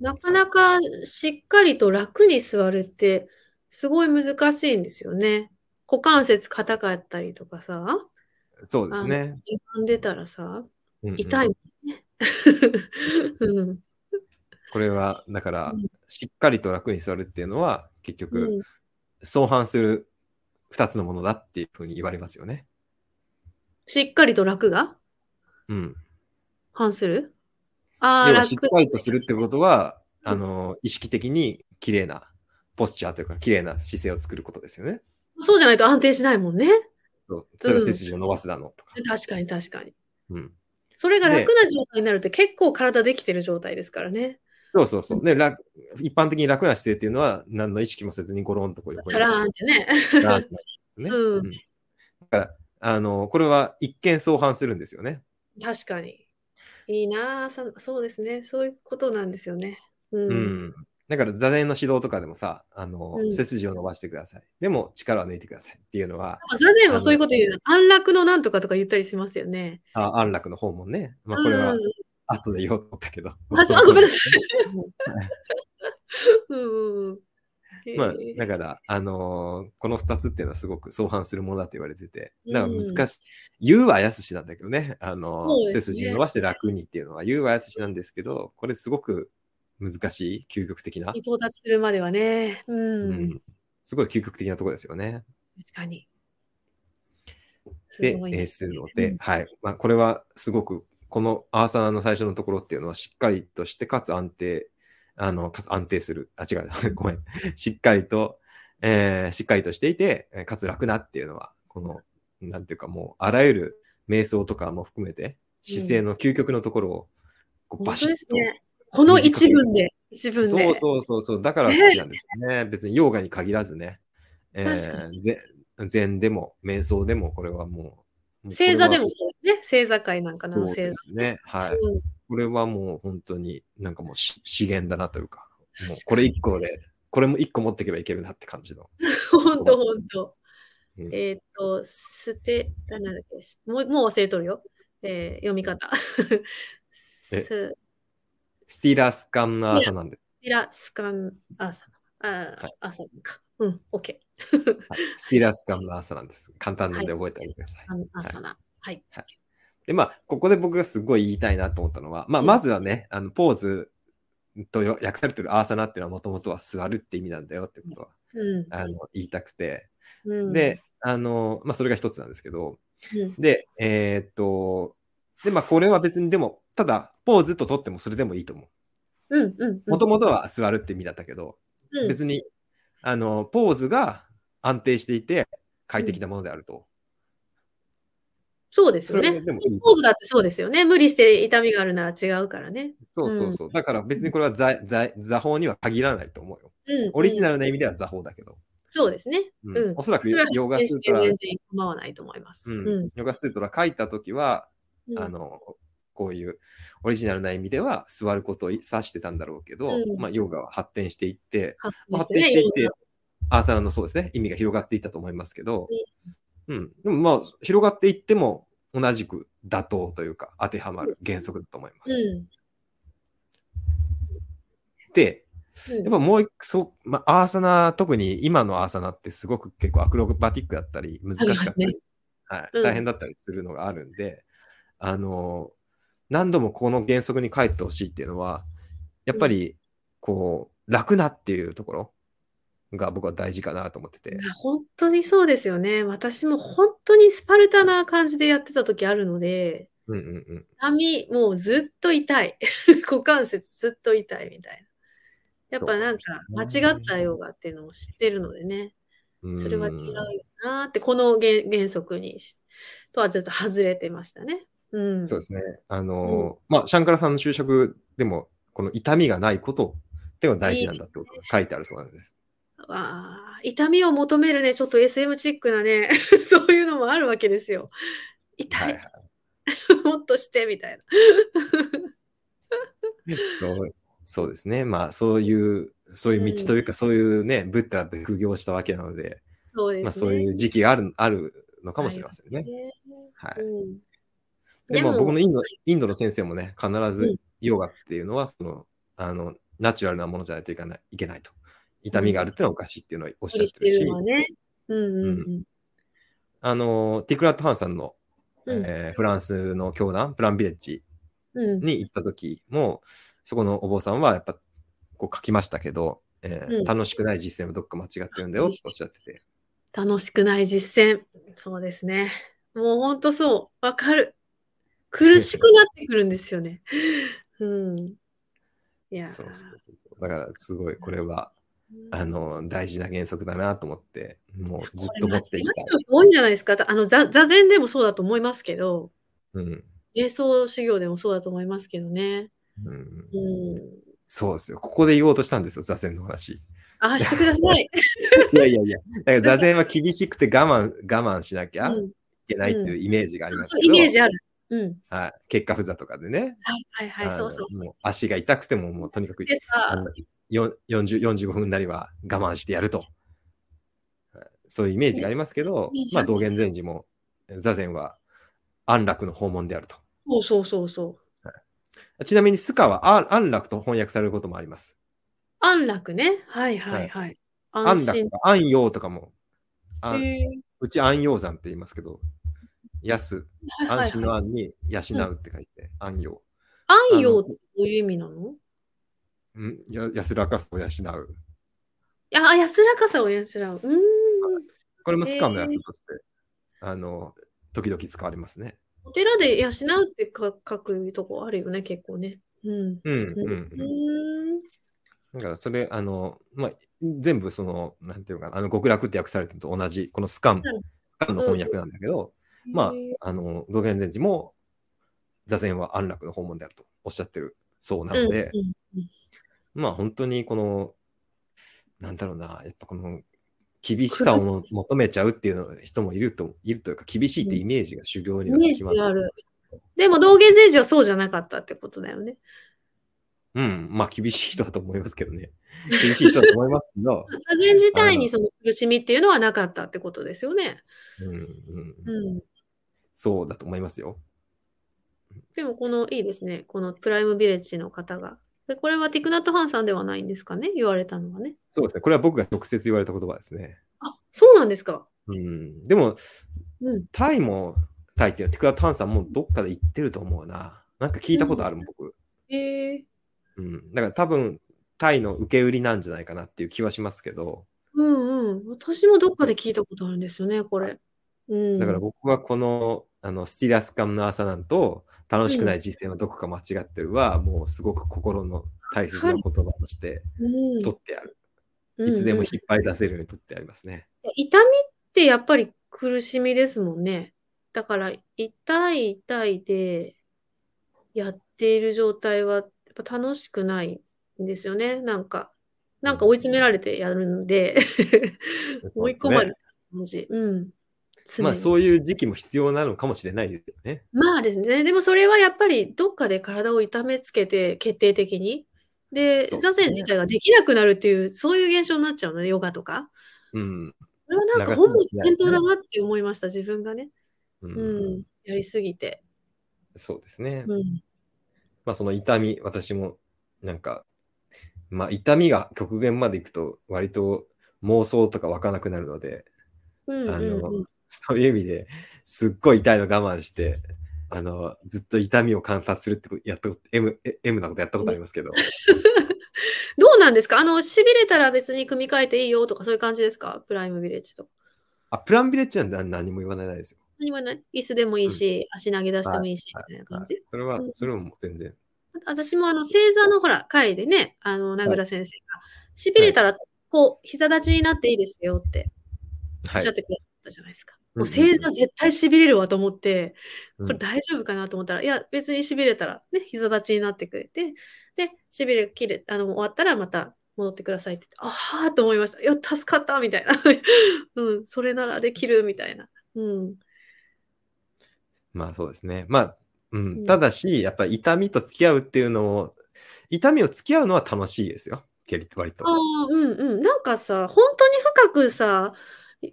[SPEAKER 2] なかなかしっかりと楽に座るってすごい難しいんですよね。股関節硬かったりとかさ、
[SPEAKER 1] そうですね。
[SPEAKER 2] 歪んでたらさ、
[SPEAKER 1] うんうん
[SPEAKER 2] 痛いもん ね。うん
[SPEAKER 1] これは、だから
[SPEAKER 2] うん、
[SPEAKER 1] しっかりと楽に座るっていうのは、結局、
[SPEAKER 2] うん
[SPEAKER 1] 相反する二つのものだっていうふうに言われますよね。
[SPEAKER 2] しっかりと楽が
[SPEAKER 1] うん。
[SPEAKER 2] 反するああ、
[SPEAKER 1] 要は
[SPEAKER 2] 楽
[SPEAKER 1] しっかりとするってことは、あの、意識的に綺麗なポスチャーというか、綺麗な姿勢を作ることですよね。
[SPEAKER 2] そうじゃないと安定しないもんね。
[SPEAKER 1] そう例えば背筋を伸ばすだのとか。
[SPEAKER 2] 確かに確かに。
[SPEAKER 1] うん。
[SPEAKER 2] それが楽な状態になるって結構体できてる状態ですからね。
[SPEAKER 1] そうそうそう。で、楽一般的に楽な姿勢っていうのは、何の意識もせずにゴロンとこう横
[SPEAKER 2] タラーンってね。
[SPEAKER 1] タラーンってなりますね。
[SPEAKER 2] うん
[SPEAKER 1] だから、あの、これは一見相反するんですよね。
[SPEAKER 2] 確かに。いいなあさそうですね。そういうことなんですよね。うん。
[SPEAKER 1] うん。だから座禅の指導とかでもさ、あの、
[SPEAKER 2] うん
[SPEAKER 1] 背筋を伸ばしてください。でも力は抜いてくださいっていうのは、
[SPEAKER 2] 座禅はそういうこと言うの。安楽のなんとかとか言ったりしますよね。
[SPEAKER 1] あ安楽の訪問ね。まあこれは
[SPEAKER 2] うん
[SPEAKER 1] 後で言おうと思ったけど。
[SPEAKER 2] あ、そうあごめんなさい。うんうんうん。
[SPEAKER 1] まあ
[SPEAKER 2] へえ、
[SPEAKER 1] だから、あのーこの2つっていうのはすごく相反するものだと言われてて、だから難しい。言うはやすしなんだけどね、あのー
[SPEAKER 2] そうですね
[SPEAKER 1] 背筋伸ばして楽にっていうのは言うはやすしなんですけど、これすごく難しい、究極的な、
[SPEAKER 2] 到達するまではね。うん。
[SPEAKER 1] うんすごい究極的なところですよね。
[SPEAKER 2] 確かに。す
[SPEAKER 1] で
[SPEAKER 2] ごい、
[SPEAKER 1] え
[SPEAKER 2] ね
[SPEAKER 1] ーするので、
[SPEAKER 2] うん
[SPEAKER 1] はい。まあ、これはすごく、このアーサナの最初のところっていうのはしっかりとして、かつ安定、あの、かつ安定する。あ、違う、 ごめん。しっかりと、えーしっかりとしていて、えーかつ楽なっていうのは、この、なんていうかもう、あらゆる瞑想とかも含めて、姿勢の究極のところを、こう
[SPEAKER 2] 本
[SPEAKER 1] バ
[SPEAKER 2] 当
[SPEAKER 1] シッ
[SPEAKER 2] です
[SPEAKER 1] と。
[SPEAKER 2] ね。この一文で、一文で。
[SPEAKER 1] そうそうそうそう、だから好きなんです ね。別にヨーガに限らずね。え
[SPEAKER 2] 確か
[SPEAKER 1] ー、ぜ禅でも瞑想でもこれはもうもう。
[SPEAKER 2] 星座で
[SPEAKER 1] も
[SPEAKER 2] もそうですね。星座会なんかの
[SPEAKER 1] そう
[SPEAKER 2] 星
[SPEAKER 1] で
[SPEAKER 2] 座。
[SPEAKER 1] すね。はい。
[SPEAKER 2] うん
[SPEAKER 1] これはもう本当になんかもうし資源だなというか、もうこれ一個で、これも一個持っていけばいけるなって感じの。
[SPEAKER 2] 本当本当。
[SPEAKER 1] うん
[SPEAKER 2] えーっと、捨て、なんだっけ、しもうもう忘れとるよ。えー読み方。
[SPEAKER 1] え
[SPEAKER 2] ス
[SPEAKER 1] スティーラースカンナーサなんです。
[SPEAKER 2] ピラスカンアーサあ
[SPEAKER 1] は
[SPEAKER 2] ーアーサか。うん、オッケ
[SPEAKER 1] はい、スティーラースカンナーサなんです。簡単なので覚えてあげてください。
[SPEAKER 2] ー。アーサナ。はい。
[SPEAKER 1] で、まあ、ここで僕がすごい言いたいなと思ったのは、まあ、
[SPEAKER 2] うん
[SPEAKER 1] まずはね、あのポーズとよ訳されてるアーサナっていうのはもともとは座るって意味なんだよってことは、
[SPEAKER 2] うん
[SPEAKER 1] あの言いたくて。
[SPEAKER 2] うん、
[SPEAKER 1] で、あの、まあ、それが一つなんですけど、
[SPEAKER 2] うん、
[SPEAKER 1] で、えーっと、で、まあ、これは別にでも、ただ、ポーズと取ってもそれでもいいと思
[SPEAKER 2] うん、うん。
[SPEAKER 1] う。もともとは座るって意味だったけど、
[SPEAKER 2] うん、
[SPEAKER 1] 別に、あの、ポーズが安定していて、快適なものであると。
[SPEAKER 2] そうですよ
[SPEAKER 1] それ
[SPEAKER 2] ね。
[SPEAKER 1] でもいい
[SPEAKER 2] ポーズだってそうですよね。無理して痛みがあるなら違うからね。
[SPEAKER 1] そうそうそう。だから別にこれは座座座法には限らないと思うよ。
[SPEAKER 2] うん、
[SPEAKER 1] オリジナ
[SPEAKER 2] ル。
[SPEAKER 1] ルな意味では座法だけど。
[SPEAKER 2] そうですね。
[SPEAKER 1] うん
[SPEAKER 2] うん
[SPEAKER 1] おそらく
[SPEAKER 2] それは
[SPEAKER 1] ヨガ
[SPEAKER 2] 全
[SPEAKER 1] スートラ、
[SPEAKER 2] 然構わないと思います。
[SPEAKER 1] うん
[SPEAKER 2] うん
[SPEAKER 1] ヨガスートラ書いたときは、
[SPEAKER 2] うん
[SPEAKER 1] あの、こういうオリジナルな意味では座ることを指してたんだろうけど、
[SPEAKER 2] うん
[SPEAKER 1] まあ、ヨガは発展していって、
[SPEAKER 2] 発展
[SPEAKER 1] 発
[SPEAKER 2] して
[SPEAKER 1] 展していっ
[SPEAKER 2] ね
[SPEAKER 1] て、アーサナのそうですね、意味が広がっていったと思いますけど、うん、でもまあ、広がっていっても同じく妥当というか、当てはまる原則だと思います。
[SPEAKER 2] うん
[SPEAKER 1] で、
[SPEAKER 2] うん
[SPEAKER 1] やっぱもう一個、そうまあ、アーサナ、特に今のアーサナってすごく結構アクロバティックだったり、難しかっ
[SPEAKER 2] あり
[SPEAKER 1] た
[SPEAKER 2] ます
[SPEAKER 1] り、
[SPEAKER 2] ね
[SPEAKER 1] はい
[SPEAKER 2] うん
[SPEAKER 1] 大変だったりするのがあるんで、あの、何度もこの原則に帰ってほしいっていうのは、やっぱり、こう、楽なっていうところが僕は大事かなと思ってて。
[SPEAKER 2] いや本当にそうですよね。私も本当にスパルタな感じでやってた時あるので、
[SPEAKER 1] うんうんうん。
[SPEAKER 2] 髪もうずっと痛い。 股関節ずっと痛いみたいな。やっぱなんか
[SPEAKER 1] そう
[SPEAKER 2] 間
[SPEAKER 1] ですね
[SPEAKER 2] 違ったヨガっていうのを知ってるのでね、
[SPEAKER 1] うん
[SPEAKER 2] それは違うよなーって、この原原則にしとはちょっと外れてましたね。うん。
[SPEAKER 1] そうですね。あのーまあ、シャンカラさんの注釈でも、この痛みがないことっていうのが大事なんだってことが書いてあるそうなんです。
[SPEAKER 2] あー痛みを求めるね、ちょっと SM チックなね、 そういうのもあるわけですよ。痛
[SPEAKER 1] はい
[SPEAKER 2] い、
[SPEAKER 1] はい。
[SPEAKER 2] もっとしてみたいな。
[SPEAKER 1] そうそうですね。まあ、そういう、そういう道というか、そういうね、ブッダで苦行したわけなので、
[SPEAKER 2] そうですね。
[SPEAKER 1] まあ、そういう時期があるあるのかもしれませんね。
[SPEAKER 2] ね
[SPEAKER 1] はい。
[SPEAKER 2] うん
[SPEAKER 1] で
[SPEAKER 2] で
[SPEAKER 1] も、
[SPEAKER 2] も
[SPEAKER 1] 僕のインドインドの先生もね、必
[SPEAKER 2] う
[SPEAKER 1] ず
[SPEAKER 2] ん
[SPEAKER 1] ヨガっていうのは、その、あの、ナチュラルなものじゃないといけないいけないと。痛みがあるってのはおかしいっていうのをおっしゃってるし。
[SPEAKER 2] のはね。うんうんうん。
[SPEAKER 1] あの、ティクラット・ハンさんの、
[SPEAKER 2] うん
[SPEAKER 1] えーフランスの教団、プランビレッジ
[SPEAKER 2] うん
[SPEAKER 1] に行った時も、そこのお坊さんはやっぱこう書きましたけど、えー
[SPEAKER 2] うん
[SPEAKER 1] 楽しくない実践はどっか間違ってるんだよっておっしゃってて。
[SPEAKER 2] 楽しくない実践。そうですね。もう本当そう。わかる。苦しくなってくるんですよね。 うん。いやー、
[SPEAKER 1] そうそうそうそうだからすごいこれは、あの、大事な原則だなと思って、もうずっと持っていきたい。
[SPEAKER 2] 多いんじゃないですか。あの座座禅でもそうだと思いますけど、
[SPEAKER 1] うん
[SPEAKER 2] 瞑想修行でもそうだと思いますけどね。
[SPEAKER 1] うん
[SPEAKER 2] うん。
[SPEAKER 1] そうですよ。ここで言おうとしたんですよ、座禅の話。
[SPEAKER 2] あ、してくださ い。
[SPEAKER 1] いやいやいや、だから座禅は厳しくて我慢、我慢しなき
[SPEAKER 2] う
[SPEAKER 1] ゃい
[SPEAKER 2] ん、
[SPEAKER 1] けないっていうイメージがあります
[SPEAKER 2] そう
[SPEAKER 1] け
[SPEAKER 2] イ
[SPEAKER 1] ど、
[SPEAKER 2] メージある。うん。
[SPEAKER 1] はい、結果不座とかでね。
[SPEAKER 2] はいはいはい、
[SPEAKER 1] あ
[SPEAKER 2] そ
[SPEAKER 1] の
[SPEAKER 2] うそうそう。
[SPEAKER 1] もう足が痛くても、もうとにかく
[SPEAKER 2] で
[SPEAKER 1] あ
[SPEAKER 2] さ
[SPEAKER 1] の、よ40 45分なりは我慢してやると。はいそういうイメージがありますけど
[SPEAKER 2] イメー、ジ
[SPEAKER 1] ま
[SPEAKER 2] あ
[SPEAKER 1] あ、
[SPEAKER 2] ります
[SPEAKER 1] 道元禅師も座禅は安楽の訪問であると。
[SPEAKER 2] そうそうそうそう。
[SPEAKER 1] ちなみに、スカはあ安楽と翻訳されることもあります。
[SPEAKER 2] 安楽ね。はいはいはい。安
[SPEAKER 1] 安楽
[SPEAKER 2] 心
[SPEAKER 1] と。か安陽とかも、あ
[SPEAKER 2] へえ
[SPEAKER 1] うち安陽山って言いますけど、安、
[SPEAKER 2] はいはいはい
[SPEAKER 1] 安心の安に養うって書いて、安陽。
[SPEAKER 2] 安養ってどういう意味なの
[SPEAKER 1] うん、や安らかさを養う。
[SPEAKER 2] いや、安らかさを養う。うーん。
[SPEAKER 1] これもスカの訳として、あの、時々使われますね。
[SPEAKER 2] お寺で養うってか書くとこあるよね、結構ね。うん。
[SPEAKER 1] うん、
[SPEAKER 2] う
[SPEAKER 1] うんん、う
[SPEAKER 2] う
[SPEAKER 1] ん。
[SPEAKER 2] ーん。
[SPEAKER 1] だからそれ、あの、まあ、全部その、なんていうのかな、あの、極楽って訳されてるのと同じ、このスカン、
[SPEAKER 2] うん
[SPEAKER 1] スカンの翻訳なんだけど、ま
[SPEAKER 2] へえ
[SPEAKER 1] あ、あの、道元禅師も、座禅は安楽の訪問であるとおっしゃってるそうなので、
[SPEAKER 2] うんうん
[SPEAKER 1] まあ本当にこの、なんだろうな、やっぱこの厳しさをも求めちゃうっていうの人もいると、いるというか、厳しいってイメージが修行に
[SPEAKER 2] イ
[SPEAKER 1] は
[SPEAKER 2] メー
[SPEAKER 1] 決
[SPEAKER 2] ジ
[SPEAKER 1] まって
[SPEAKER 2] ある。でも道元禅師はそうじゃなかったってことだよね。
[SPEAKER 1] うん、まあ厳しい人だと思いますけどね。 厳しい人だと思いますけど、
[SPEAKER 2] 座禅自体にその苦しみっていうのはなかったってことですよね。
[SPEAKER 1] うんうん、
[SPEAKER 2] うん。
[SPEAKER 1] そうだと思いますよ。
[SPEAKER 2] でもこのいいですね。このプライムビレッジの方が。でこれはティクナットハンさんではないんですかね言われたのはね。
[SPEAKER 1] そうですね。これは僕が直接言われた言葉ですね。
[SPEAKER 2] あ、そうなんですか。
[SPEAKER 1] うん、でも、
[SPEAKER 2] うん。
[SPEAKER 1] タイも、タイっていうのは、ティクラタンさんもどっかで言ってると思うな。なんか聞いたことあるもん、僕。
[SPEAKER 2] ええ
[SPEAKER 1] うん、だから多分、タイの受け売りなんじゃないかなっていう気はしますけど、
[SPEAKER 2] うんうん。私もどっかで聞いたことあるんですよね、これ。うん。
[SPEAKER 1] だから僕はこの、あの、スティラスカムの朝なんと、楽しくない実践はどこか間違ってるは、もうすごく心の大切な言葉として
[SPEAKER 2] うん、
[SPEAKER 1] 取ってある。
[SPEAKER 2] うん
[SPEAKER 1] いつでも
[SPEAKER 2] うん
[SPEAKER 1] 引っ張り出せるように取ってありますね。
[SPEAKER 2] 痛みってやっぱり苦しみですもんね。だから痛い痛いでやっている状態はやっぱ楽しくないんですよね。なんか、なんか追い詰められてやるんで、 追い込まれた感じ。うん。常に
[SPEAKER 1] まあそういう時期も必要なのかもしれないですよね。
[SPEAKER 2] まあですね、でもそれはやっぱりどっかで体を痛めつけて決定的に。で、
[SPEAKER 1] そうですね
[SPEAKER 2] 座禅自体ができなくなるっていう、そういう現象になっちゃうのね、ヨガとか。
[SPEAKER 1] うん。
[SPEAKER 2] これはなんか
[SPEAKER 1] 長
[SPEAKER 2] 本
[SPEAKER 1] 続き
[SPEAKER 2] 末転倒だなって思いました、自分がね。
[SPEAKER 1] う
[SPEAKER 2] うん、やりすぎて。
[SPEAKER 1] そうですね。
[SPEAKER 2] うん。
[SPEAKER 1] まあその痛み、私もなんか、まあ痛みが極限までいくと割と妄想とか湧かなくなるので、
[SPEAKER 2] うん
[SPEAKER 1] あ
[SPEAKER 2] うん
[SPEAKER 1] の
[SPEAKER 2] うん。
[SPEAKER 1] そういう意味ですっごい痛いの我慢して、あの、ずっと痛みを観察するってこと、やったこと、M、え M なことやったことありますけど、
[SPEAKER 2] どうなんですかあの、しびれたら別に組み替えていいよとかそういう感じですかプライムビレッジと。
[SPEAKER 1] あ、プランビレッジなんて何も言わないですよ。
[SPEAKER 2] 何もない椅子でもいいし、足投げ出してもいいし、
[SPEAKER 1] は
[SPEAKER 2] みたいな感じ。
[SPEAKER 1] それは
[SPEAKER 2] うん、
[SPEAKER 1] それはもう全然。
[SPEAKER 2] 私もあの星座のほら会でね、あの名倉先生が、しびれたらこう膝立ちになっていいですよってお
[SPEAKER 1] は
[SPEAKER 2] っ
[SPEAKER 1] い
[SPEAKER 2] しゃっ。てくださったじゃないですか。
[SPEAKER 1] うん
[SPEAKER 2] もう星座絶対しびれるわと思って、
[SPEAKER 1] うん
[SPEAKER 2] これ大丈夫かなと思ったら、いや別にしびれたらね、膝立ちになってくれて、で、しびれ切れ、あの終わったらまた戻ってくださいって言って、ああと思いました。いや、助かったみたいな。 うん、それならできるみたいな。うん。
[SPEAKER 1] まあそうですね。まあ、う、
[SPEAKER 2] うんん
[SPEAKER 1] ただし、やっぱり痛みと付き合うっていうのを、痛みを付き合うのは楽しいですよ。けり割と。
[SPEAKER 2] ああ、うんうん。なんかさ、本当に深くさ、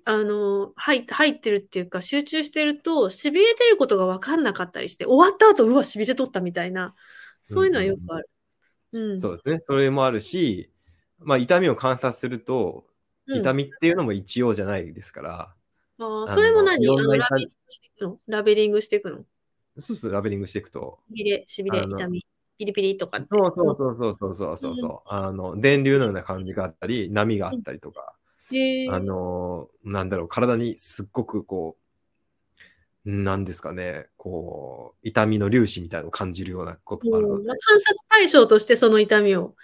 [SPEAKER 2] あの、入っ入ってるっていうか、集中してると、しびれてることが分かんなかったりして、終わった後、うわ、しびれとったみたいな、そういうのはよくある。うん。
[SPEAKER 1] そうですね。それもあるし、まあ痛みを観察すると、
[SPEAKER 2] うん
[SPEAKER 1] 痛みっていうのも一様じゃないですから、
[SPEAKER 2] あ
[SPEAKER 1] あ
[SPEAKER 2] あ、
[SPEAKER 1] の
[SPEAKER 2] それも何
[SPEAKER 1] いろん
[SPEAKER 2] あ
[SPEAKER 1] な
[SPEAKER 2] のラ
[SPEAKER 1] 痛み
[SPEAKER 2] ベリングしていくのラベリングしていくの
[SPEAKER 1] そうそう、ラベリングしていくと、
[SPEAKER 2] しびれ、しびれ、
[SPEAKER 1] あの
[SPEAKER 2] 痛み、ピリピリとかって。
[SPEAKER 1] そうそうそうそうそうそうそう、うあの電流のような感じがあったり波があったりとか、
[SPEAKER 2] へえ
[SPEAKER 1] あのなんだろう体にすっごくこうなんですかねこう痛みの粒子みたいなのを感じるようなこと
[SPEAKER 2] う
[SPEAKER 1] があ
[SPEAKER 2] ん
[SPEAKER 1] るので、
[SPEAKER 2] まあ観察対象としてその痛みを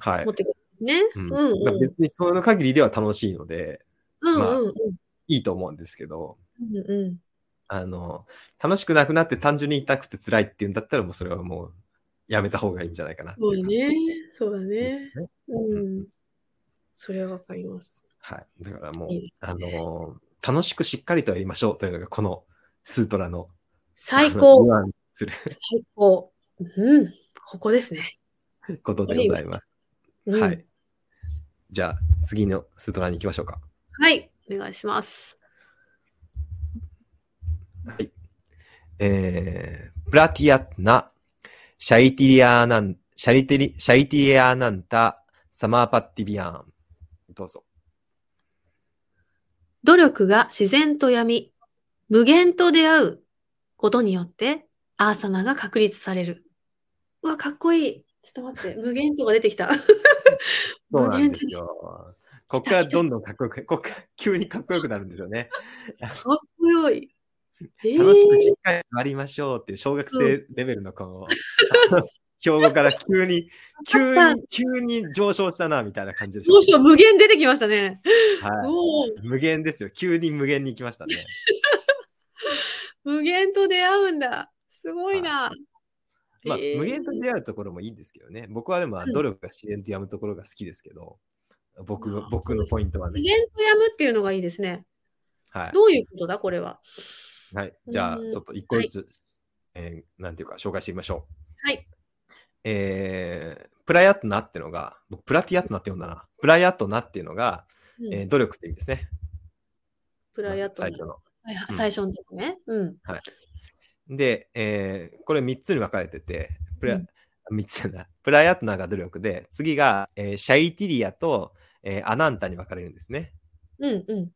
[SPEAKER 1] はい、
[SPEAKER 2] 持ってくるんです
[SPEAKER 1] う
[SPEAKER 2] ね。
[SPEAKER 1] ん
[SPEAKER 2] うんうん
[SPEAKER 1] だから別にその限りでは楽しいので
[SPEAKER 2] うん
[SPEAKER 1] まあ
[SPEAKER 2] うんうん。
[SPEAKER 1] いいと思うんですけど
[SPEAKER 2] うんうん。
[SPEAKER 1] あの楽しくなくなって単純に痛くて辛いっていうんだったらもうそれはもうやめた方がいいんじゃないかなって
[SPEAKER 2] そう
[SPEAKER 1] いう感
[SPEAKER 2] だ
[SPEAKER 1] じ
[SPEAKER 2] ね。そうだね。
[SPEAKER 1] ね
[SPEAKER 2] うん。それはわかります。
[SPEAKER 1] はい。だからもう、
[SPEAKER 2] いいですね
[SPEAKER 1] あのー楽しくしっかりとやりましょうというのが、このスートラの
[SPEAKER 2] 最高
[SPEAKER 1] ニュ、アンスする
[SPEAKER 2] 最高。うん、ここですね。
[SPEAKER 1] ことでございます。
[SPEAKER 2] うん
[SPEAKER 1] はい。。じゃあ、次のストラに行きましょうか。
[SPEAKER 2] はい、お願いします。
[SPEAKER 1] はい。えー、プラティアッナ、シャイティリアーナン、シャリテリ、シャイティリアーナンタ、サマーパッティビアン。どうぞ。
[SPEAKER 2] 努力が自然とやみ、無限と出会うことによって、アーサナが確立される。うわ、かっこいい。ちょっと待って、無限とか出て きた。
[SPEAKER 1] そうなんですよ。こっからどんどんかっこよく、こっから急にかっこよくなるんですよね。
[SPEAKER 2] かっこよい。えー
[SPEAKER 1] 楽しくしっかり座りましょうっていう小学生レベルのこの、 標語から急に、急に、急に上昇したな、みたいな感じでしょ
[SPEAKER 2] どうしよう、無限出てきましたね。
[SPEAKER 1] は
[SPEAKER 2] おお、
[SPEAKER 1] い。無限ですよ。急に無限に行きましたね。
[SPEAKER 2] 無限と出会うんだ。すごいな。
[SPEAKER 1] まあ、
[SPEAKER 2] えー
[SPEAKER 1] 無限と出会うところもいいんですけどね。僕はでも、あ
[SPEAKER 2] うん
[SPEAKER 1] 努力が自然とやむところが好きですけど、僕
[SPEAKER 2] あ
[SPEAKER 1] の
[SPEAKER 2] ー
[SPEAKER 1] 僕のポイントはね
[SPEAKER 2] 自。然とやむっていうのがいいですね。
[SPEAKER 1] は
[SPEAKER 2] どういうことだ、これは。
[SPEAKER 1] い。はい、じゃあ
[SPEAKER 2] う、ん
[SPEAKER 1] ちょっと一個ずつ、えーなんていうか、紹介してみましょう。
[SPEAKER 2] はい。
[SPEAKER 1] えープラヤットナってのが、僕、プラティアットナって呼んだな。プラヤットナっていうのが、
[SPEAKER 2] うん
[SPEAKER 1] えー努力って意味ですね。
[SPEAKER 2] プライアット
[SPEAKER 1] ま
[SPEAKER 2] の
[SPEAKER 1] ず最初の。
[SPEAKER 2] はいはい
[SPEAKER 1] うん
[SPEAKER 2] 最初のとこね。うん。
[SPEAKER 1] で、えーこれ3つに分かれてて、プ
[SPEAKER 2] う
[SPEAKER 1] ラ
[SPEAKER 2] ん、
[SPEAKER 1] 三つやな。プラヤットナが努力で、次が、えーシャイティリアと、えーアナンタに分かれるんですね。
[SPEAKER 2] うんうん。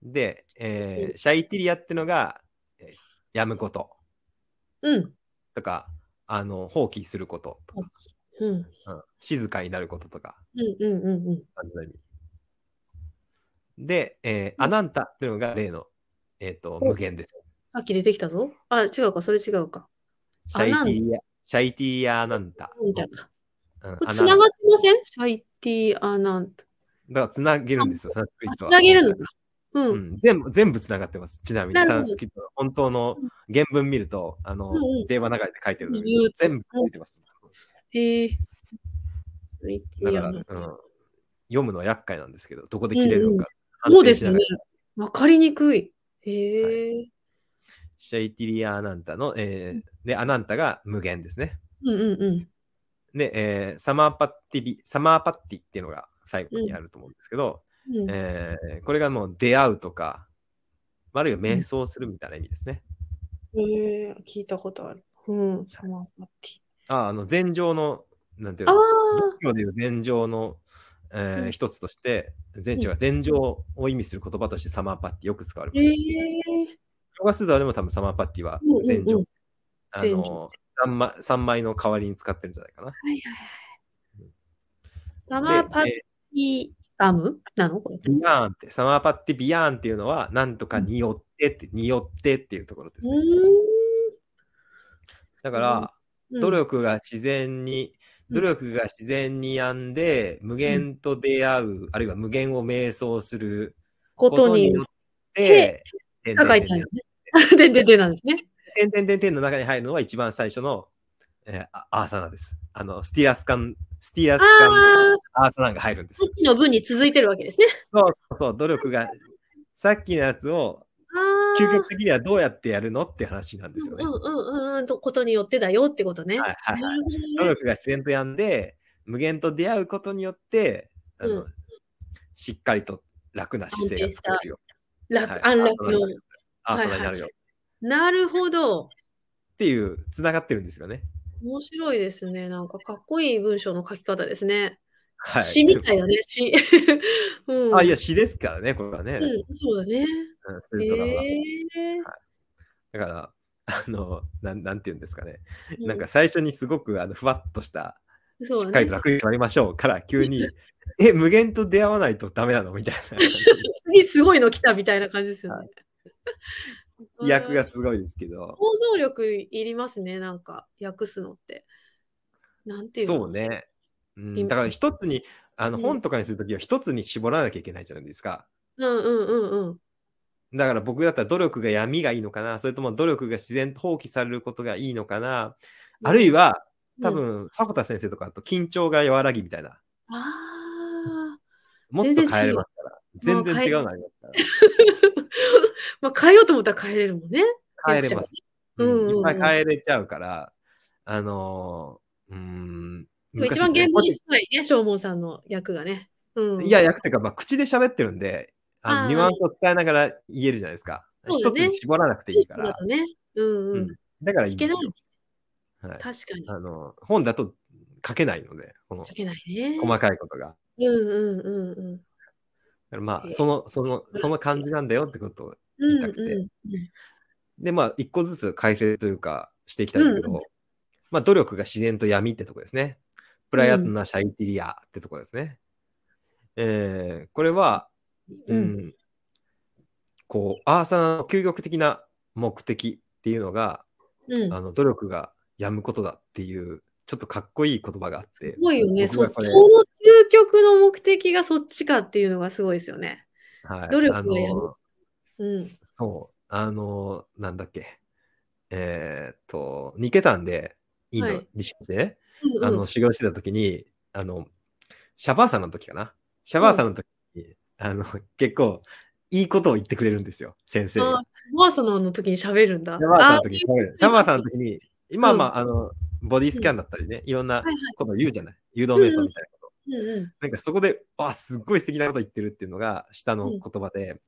[SPEAKER 1] で、え
[SPEAKER 2] う
[SPEAKER 1] ーシャイティリアってのが、えーやむこと
[SPEAKER 2] うん。
[SPEAKER 1] とか、あの、放棄することとか、
[SPEAKER 2] うん。
[SPEAKER 1] うん静かになることとか、
[SPEAKER 2] うんうんうんうん。
[SPEAKER 1] 感じの意味。で、えーアナンタっていうのが例の、えっ、と、無限です。
[SPEAKER 2] さっき出てきたぞ。あ、違うか、それ違うか。
[SPEAKER 1] シャイティリア、シャイティリアアナンタ。
[SPEAKER 2] みたいな。
[SPEAKER 1] うん
[SPEAKER 2] これ
[SPEAKER 1] ア
[SPEAKER 2] つ
[SPEAKER 1] ナン
[SPEAKER 2] な
[SPEAKER 1] タ
[SPEAKER 2] がってませんシャイティアナント。
[SPEAKER 1] だから、つなげるんですよ、サンスクリ
[SPEAKER 2] あ
[SPEAKER 1] ッ
[SPEAKER 2] つ
[SPEAKER 1] トは。
[SPEAKER 2] なげるのか。う。
[SPEAKER 1] うんん、全部、全部つながってます。ちなみ
[SPEAKER 2] な
[SPEAKER 1] に、
[SPEAKER 2] るほ
[SPEAKER 1] サ
[SPEAKER 2] ど
[SPEAKER 1] ンスクリットの本当の原文見ると、あの、
[SPEAKER 2] うんうん
[SPEAKER 1] 電話流れて書いてるので
[SPEAKER 2] ずーっと
[SPEAKER 1] 全部ついてます。
[SPEAKER 2] へえ。シャイテ
[SPEAKER 1] だ
[SPEAKER 2] ィ
[SPEAKER 1] か
[SPEAKER 2] ア
[SPEAKER 1] ら、う
[SPEAKER 2] ナ
[SPEAKER 1] ん
[SPEAKER 2] ント。、
[SPEAKER 1] 読むのは厄介なんですけど、どこで切れるのか。
[SPEAKER 2] そうです
[SPEAKER 1] 判
[SPEAKER 2] ね
[SPEAKER 1] 定しながら。
[SPEAKER 2] わかりにくい。へえ。
[SPEAKER 1] シャイティリア・アナンタの、えーで、アナンタが無限ですね。
[SPEAKER 2] うんうんうん。
[SPEAKER 1] で、えーサマーパッティビ、サマーパッティっていうのが最後にあると思うんですけど、
[SPEAKER 2] うん
[SPEAKER 1] えーこれがもう出会うとか、あるいは瞑想するみたいな意味ですね。
[SPEAKER 2] へえ、聞いたことある。うん。サマーパーテ
[SPEAKER 1] ああ、あの、禅情の、なんてい
[SPEAKER 2] ィ
[SPEAKER 1] う
[SPEAKER 2] ー。あ
[SPEAKER 1] の
[SPEAKER 2] あ。
[SPEAKER 1] 仏教でいう禅情の、えー
[SPEAKER 2] うん
[SPEAKER 1] 一つとして、禅が禅情を意味する言葉としてサマーパッティよく使われます。
[SPEAKER 2] へえ。
[SPEAKER 1] ヨガスーダーでも多分サマーパッティは
[SPEAKER 2] うんうんうん
[SPEAKER 1] 禅情。あ
[SPEAKER 2] 禅
[SPEAKER 1] の
[SPEAKER 2] 定
[SPEAKER 1] 三枚、三枚の代わりに使ってるんじゃないかな。
[SPEAKER 2] はいはいはい。サマーパーテ
[SPEAKER 1] で
[SPEAKER 2] ィーアムなのこれ。
[SPEAKER 1] えービヤーンって、サマーパッティビヤーンっていうのは、なんとかによってって、によってっていうところです、ね。だから、努力が自然に、
[SPEAKER 2] うん
[SPEAKER 1] 努力が自然にやんで、無限と出会う、あるいは無限を瞑想する
[SPEAKER 2] こ
[SPEAKER 1] ことと
[SPEAKER 2] に
[SPEAKER 1] に
[SPEAKER 2] よ
[SPEAKER 1] よ
[SPEAKER 2] っ
[SPEAKER 1] って、てんて
[SPEAKER 2] が
[SPEAKER 1] ん
[SPEAKER 2] 書い
[SPEAKER 1] てんて
[SPEAKER 2] てあ
[SPEAKER 1] ん
[SPEAKER 2] るね。 でででなんですね。
[SPEAKER 1] てんてんてんてんの中に入るのは一番最初の、えーあアーサナです。あの、スティアスカン、スティアス
[SPEAKER 2] あ
[SPEAKER 1] カン、
[SPEAKER 2] あ、
[SPEAKER 1] アーサナが入るんです
[SPEAKER 2] さ。っきの文に続いてるわけですね。
[SPEAKER 1] そうそう、努力が、さっきのやつを、
[SPEAKER 2] ああ。
[SPEAKER 1] 究極的にはどうやってやるのって話なんですよね
[SPEAKER 2] う。んうんうんうんとことによってだよってことね。
[SPEAKER 1] はいはい
[SPEAKER 2] な
[SPEAKER 1] はい。
[SPEAKER 2] るほどね
[SPEAKER 1] 努力が自然とやんで、無限と出会うことによって、あの
[SPEAKER 2] う
[SPEAKER 1] しっかりと楽な姿勢が作れるよ。
[SPEAKER 2] 楽、
[SPEAKER 1] はい
[SPEAKER 2] 安楽の。
[SPEAKER 1] アー
[SPEAKER 2] はい
[SPEAKER 1] サナになるよ。っ
[SPEAKER 2] なるほど。
[SPEAKER 1] ていう、つながってるんですよね。
[SPEAKER 2] 面白いですね。なんかかっこいい文章の書き方ですね。
[SPEAKER 1] はい。
[SPEAKER 2] 詩みたいだね、詩。 うん、
[SPEAKER 1] あ、いや、詩ですからね、これはね。
[SPEAKER 2] うん、そうだ
[SPEAKER 1] うん
[SPEAKER 2] ね。え
[SPEAKER 1] フルートだから
[SPEAKER 2] え
[SPEAKER 1] だから、あの、なんなんていうんですかね。
[SPEAKER 2] ー
[SPEAKER 1] なんか、最初にすごくあのふわっとした、
[SPEAKER 2] うん
[SPEAKER 1] し
[SPEAKER 2] そう
[SPEAKER 1] っ
[SPEAKER 2] だ
[SPEAKER 1] か
[SPEAKER 2] ね
[SPEAKER 1] りと楽になりましょうから、急に、 え、無限と出会わないとダメなのみたいな感じ。
[SPEAKER 2] 次すごいの来たみたいな感じですよね。
[SPEAKER 1] 飛躍がすごいですけど。
[SPEAKER 2] 想像力いりますね、なんか、訳すのって。なんていうの
[SPEAKER 1] そうね。う
[SPEAKER 2] 今
[SPEAKER 1] ん、だから一つに、あの
[SPEAKER 2] うん
[SPEAKER 1] 本とかにするときは一つに絞らなきゃいけないじゃないですか。
[SPEAKER 2] うんうんうんうん。
[SPEAKER 1] だから僕だったら努力が闇がいいのかな、それとも努力が自然と放棄されることがいいのかな、あるいは多
[SPEAKER 2] うん、
[SPEAKER 1] 分、迫田先生とかだと緊張が和らぎみたいな、
[SPEAKER 2] あ あ。
[SPEAKER 1] もっと
[SPEAKER 2] 全然
[SPEAKER 1] 変え
[SPEAKER 2] 違う
[SPEAKER 1] れますから、全然
[SPEAKER 2] もう
[SPEAKER 1] 違
[SPEAKER 2] 変え
[SPEAKER 1] うのありますか
[SPEAKER 2] まあ、変えようと思ったら変えれるもんね。
[SPEAKER 1] ら、変えれます。うん
[SPEAKER 2] うんうんうん
[SPEAKER 1] いっぱい変えれちゃうから、あのーうーん、
[SPEAKER 2] でも
[SPEAKER 1] 難しいで
[SPEAKER 2] 一
[SPEAKER 1] す
[SPEAKER 2] 番
[SPEAKER 1] ね
[SPEAKER 2] 言語に近いね、正門さんの役がね。うん。
[SPEAKER 1] いや、役というか、まあ、口で喋ってるんで、あ
[SPEAKER 2] あー
[SPEAKER 1] のニュアンスを伝えながら言えるじゃないですか。
[SPEAKER 2] そうだ
[SPEAKER 1] 一
[SPEAKER 2] ね
[SPEAKER 1] つに絞らなくていいか
[SPEAKER 2] だ
[SPEAKER 1] ら
[SPEAKER 2] と。ね。うんうん。
[SPEAKER 1] うんだからいいんですよ
[SPEAKER 2] い。
[SPEAKER 1] はい、
[SPEAKER 2] 確かに。
[SPEAKER 1] あの本だと書けないので、この
[SPEAKER 2] 書けないね。
[SPEAKER 1] 細かいことが。
[SPEAKER 2] うんうんうんうん。
[SPEAKER 1] だからま
[SPEAKER 2] え
[SPEAKER 1] あ、
[SPEAKER 2] ー
[SPEAKER 1] その、その、その感じなんだよってことを。
[SPEAKER 2] うん
[SPEAKER 1] 痛くて
[SPEAKER 2] うん
[SPEAKER 1] で、まあ、一個ずつ解説というか、していきたいんだけど、
[SPEAKER 2] うんう
[SPEAKER 1] まあ、努力が自然と闇ってとこですね。プライアトナ・シャイティリアってとこですね。えーこれは、
[SPEAKER 2] う
[SPEAKER 1] うん
[SPEAKER 2] ん。
[SPEAKER 1] こう、アーサーの究極的な目的っていうのが、
[SPEAKER 2] うん。
[SPEAKER 1] あの努力がやむことだっていう、ちょっとかっこいい言葉があって
[SPEAKER 2] す、ごいよね。
[SPEAKER 1] 僕
[SPEAKER 2] そ
[SPEAKER 1] が
[SPEAKER 2] そ
[SPEAKER 1] これ
[SPEAKER 2] の究極の目的がそっちかっていうのがすごいですよね。
[SPEAKER 1] はい、
[SPEAKER 2] 努力が
[SPEAKER 1] あの
[SPEAKER 2] やむうん。
[SPEAKER 1] そう、あのなんだっけ、えーっと、2桁んで、いい
[SPEAKER 2] は
[SPEAKER 1] の
[SPEAKER 2] い、
[SPEAKER 1] 西でね、
[SPEAKER 2] うんうん
[SPEAKER 1] あの、修行してた時に、あの、シャバーサの時かな。シャバーサの時に、あの、結構、いいことを言ってくれるんですよ、先生
[SPEAKER 2] あ
[SPEAKER 1] が。
[SPEAKER 2] モアソナの時に喋るんだ。
[SPEAKER 1] シャバーサの時に
[SPEAKER 2] あ
[SPEAKER 1] 喋る、シャバーサの時に、今はまあ、あの、ボディスキャンだったりね、いろんな
[SPEAKER 2] はいはい
[SPEAKER 1] ことを言うじゃない。誘導瞑想みたいなこと。
[SPEAKER 2] うんうん
[SPEAKER 1] なんかそこで、あ、すっごい素敵なこと言ってるっていうのが、下の言葉で、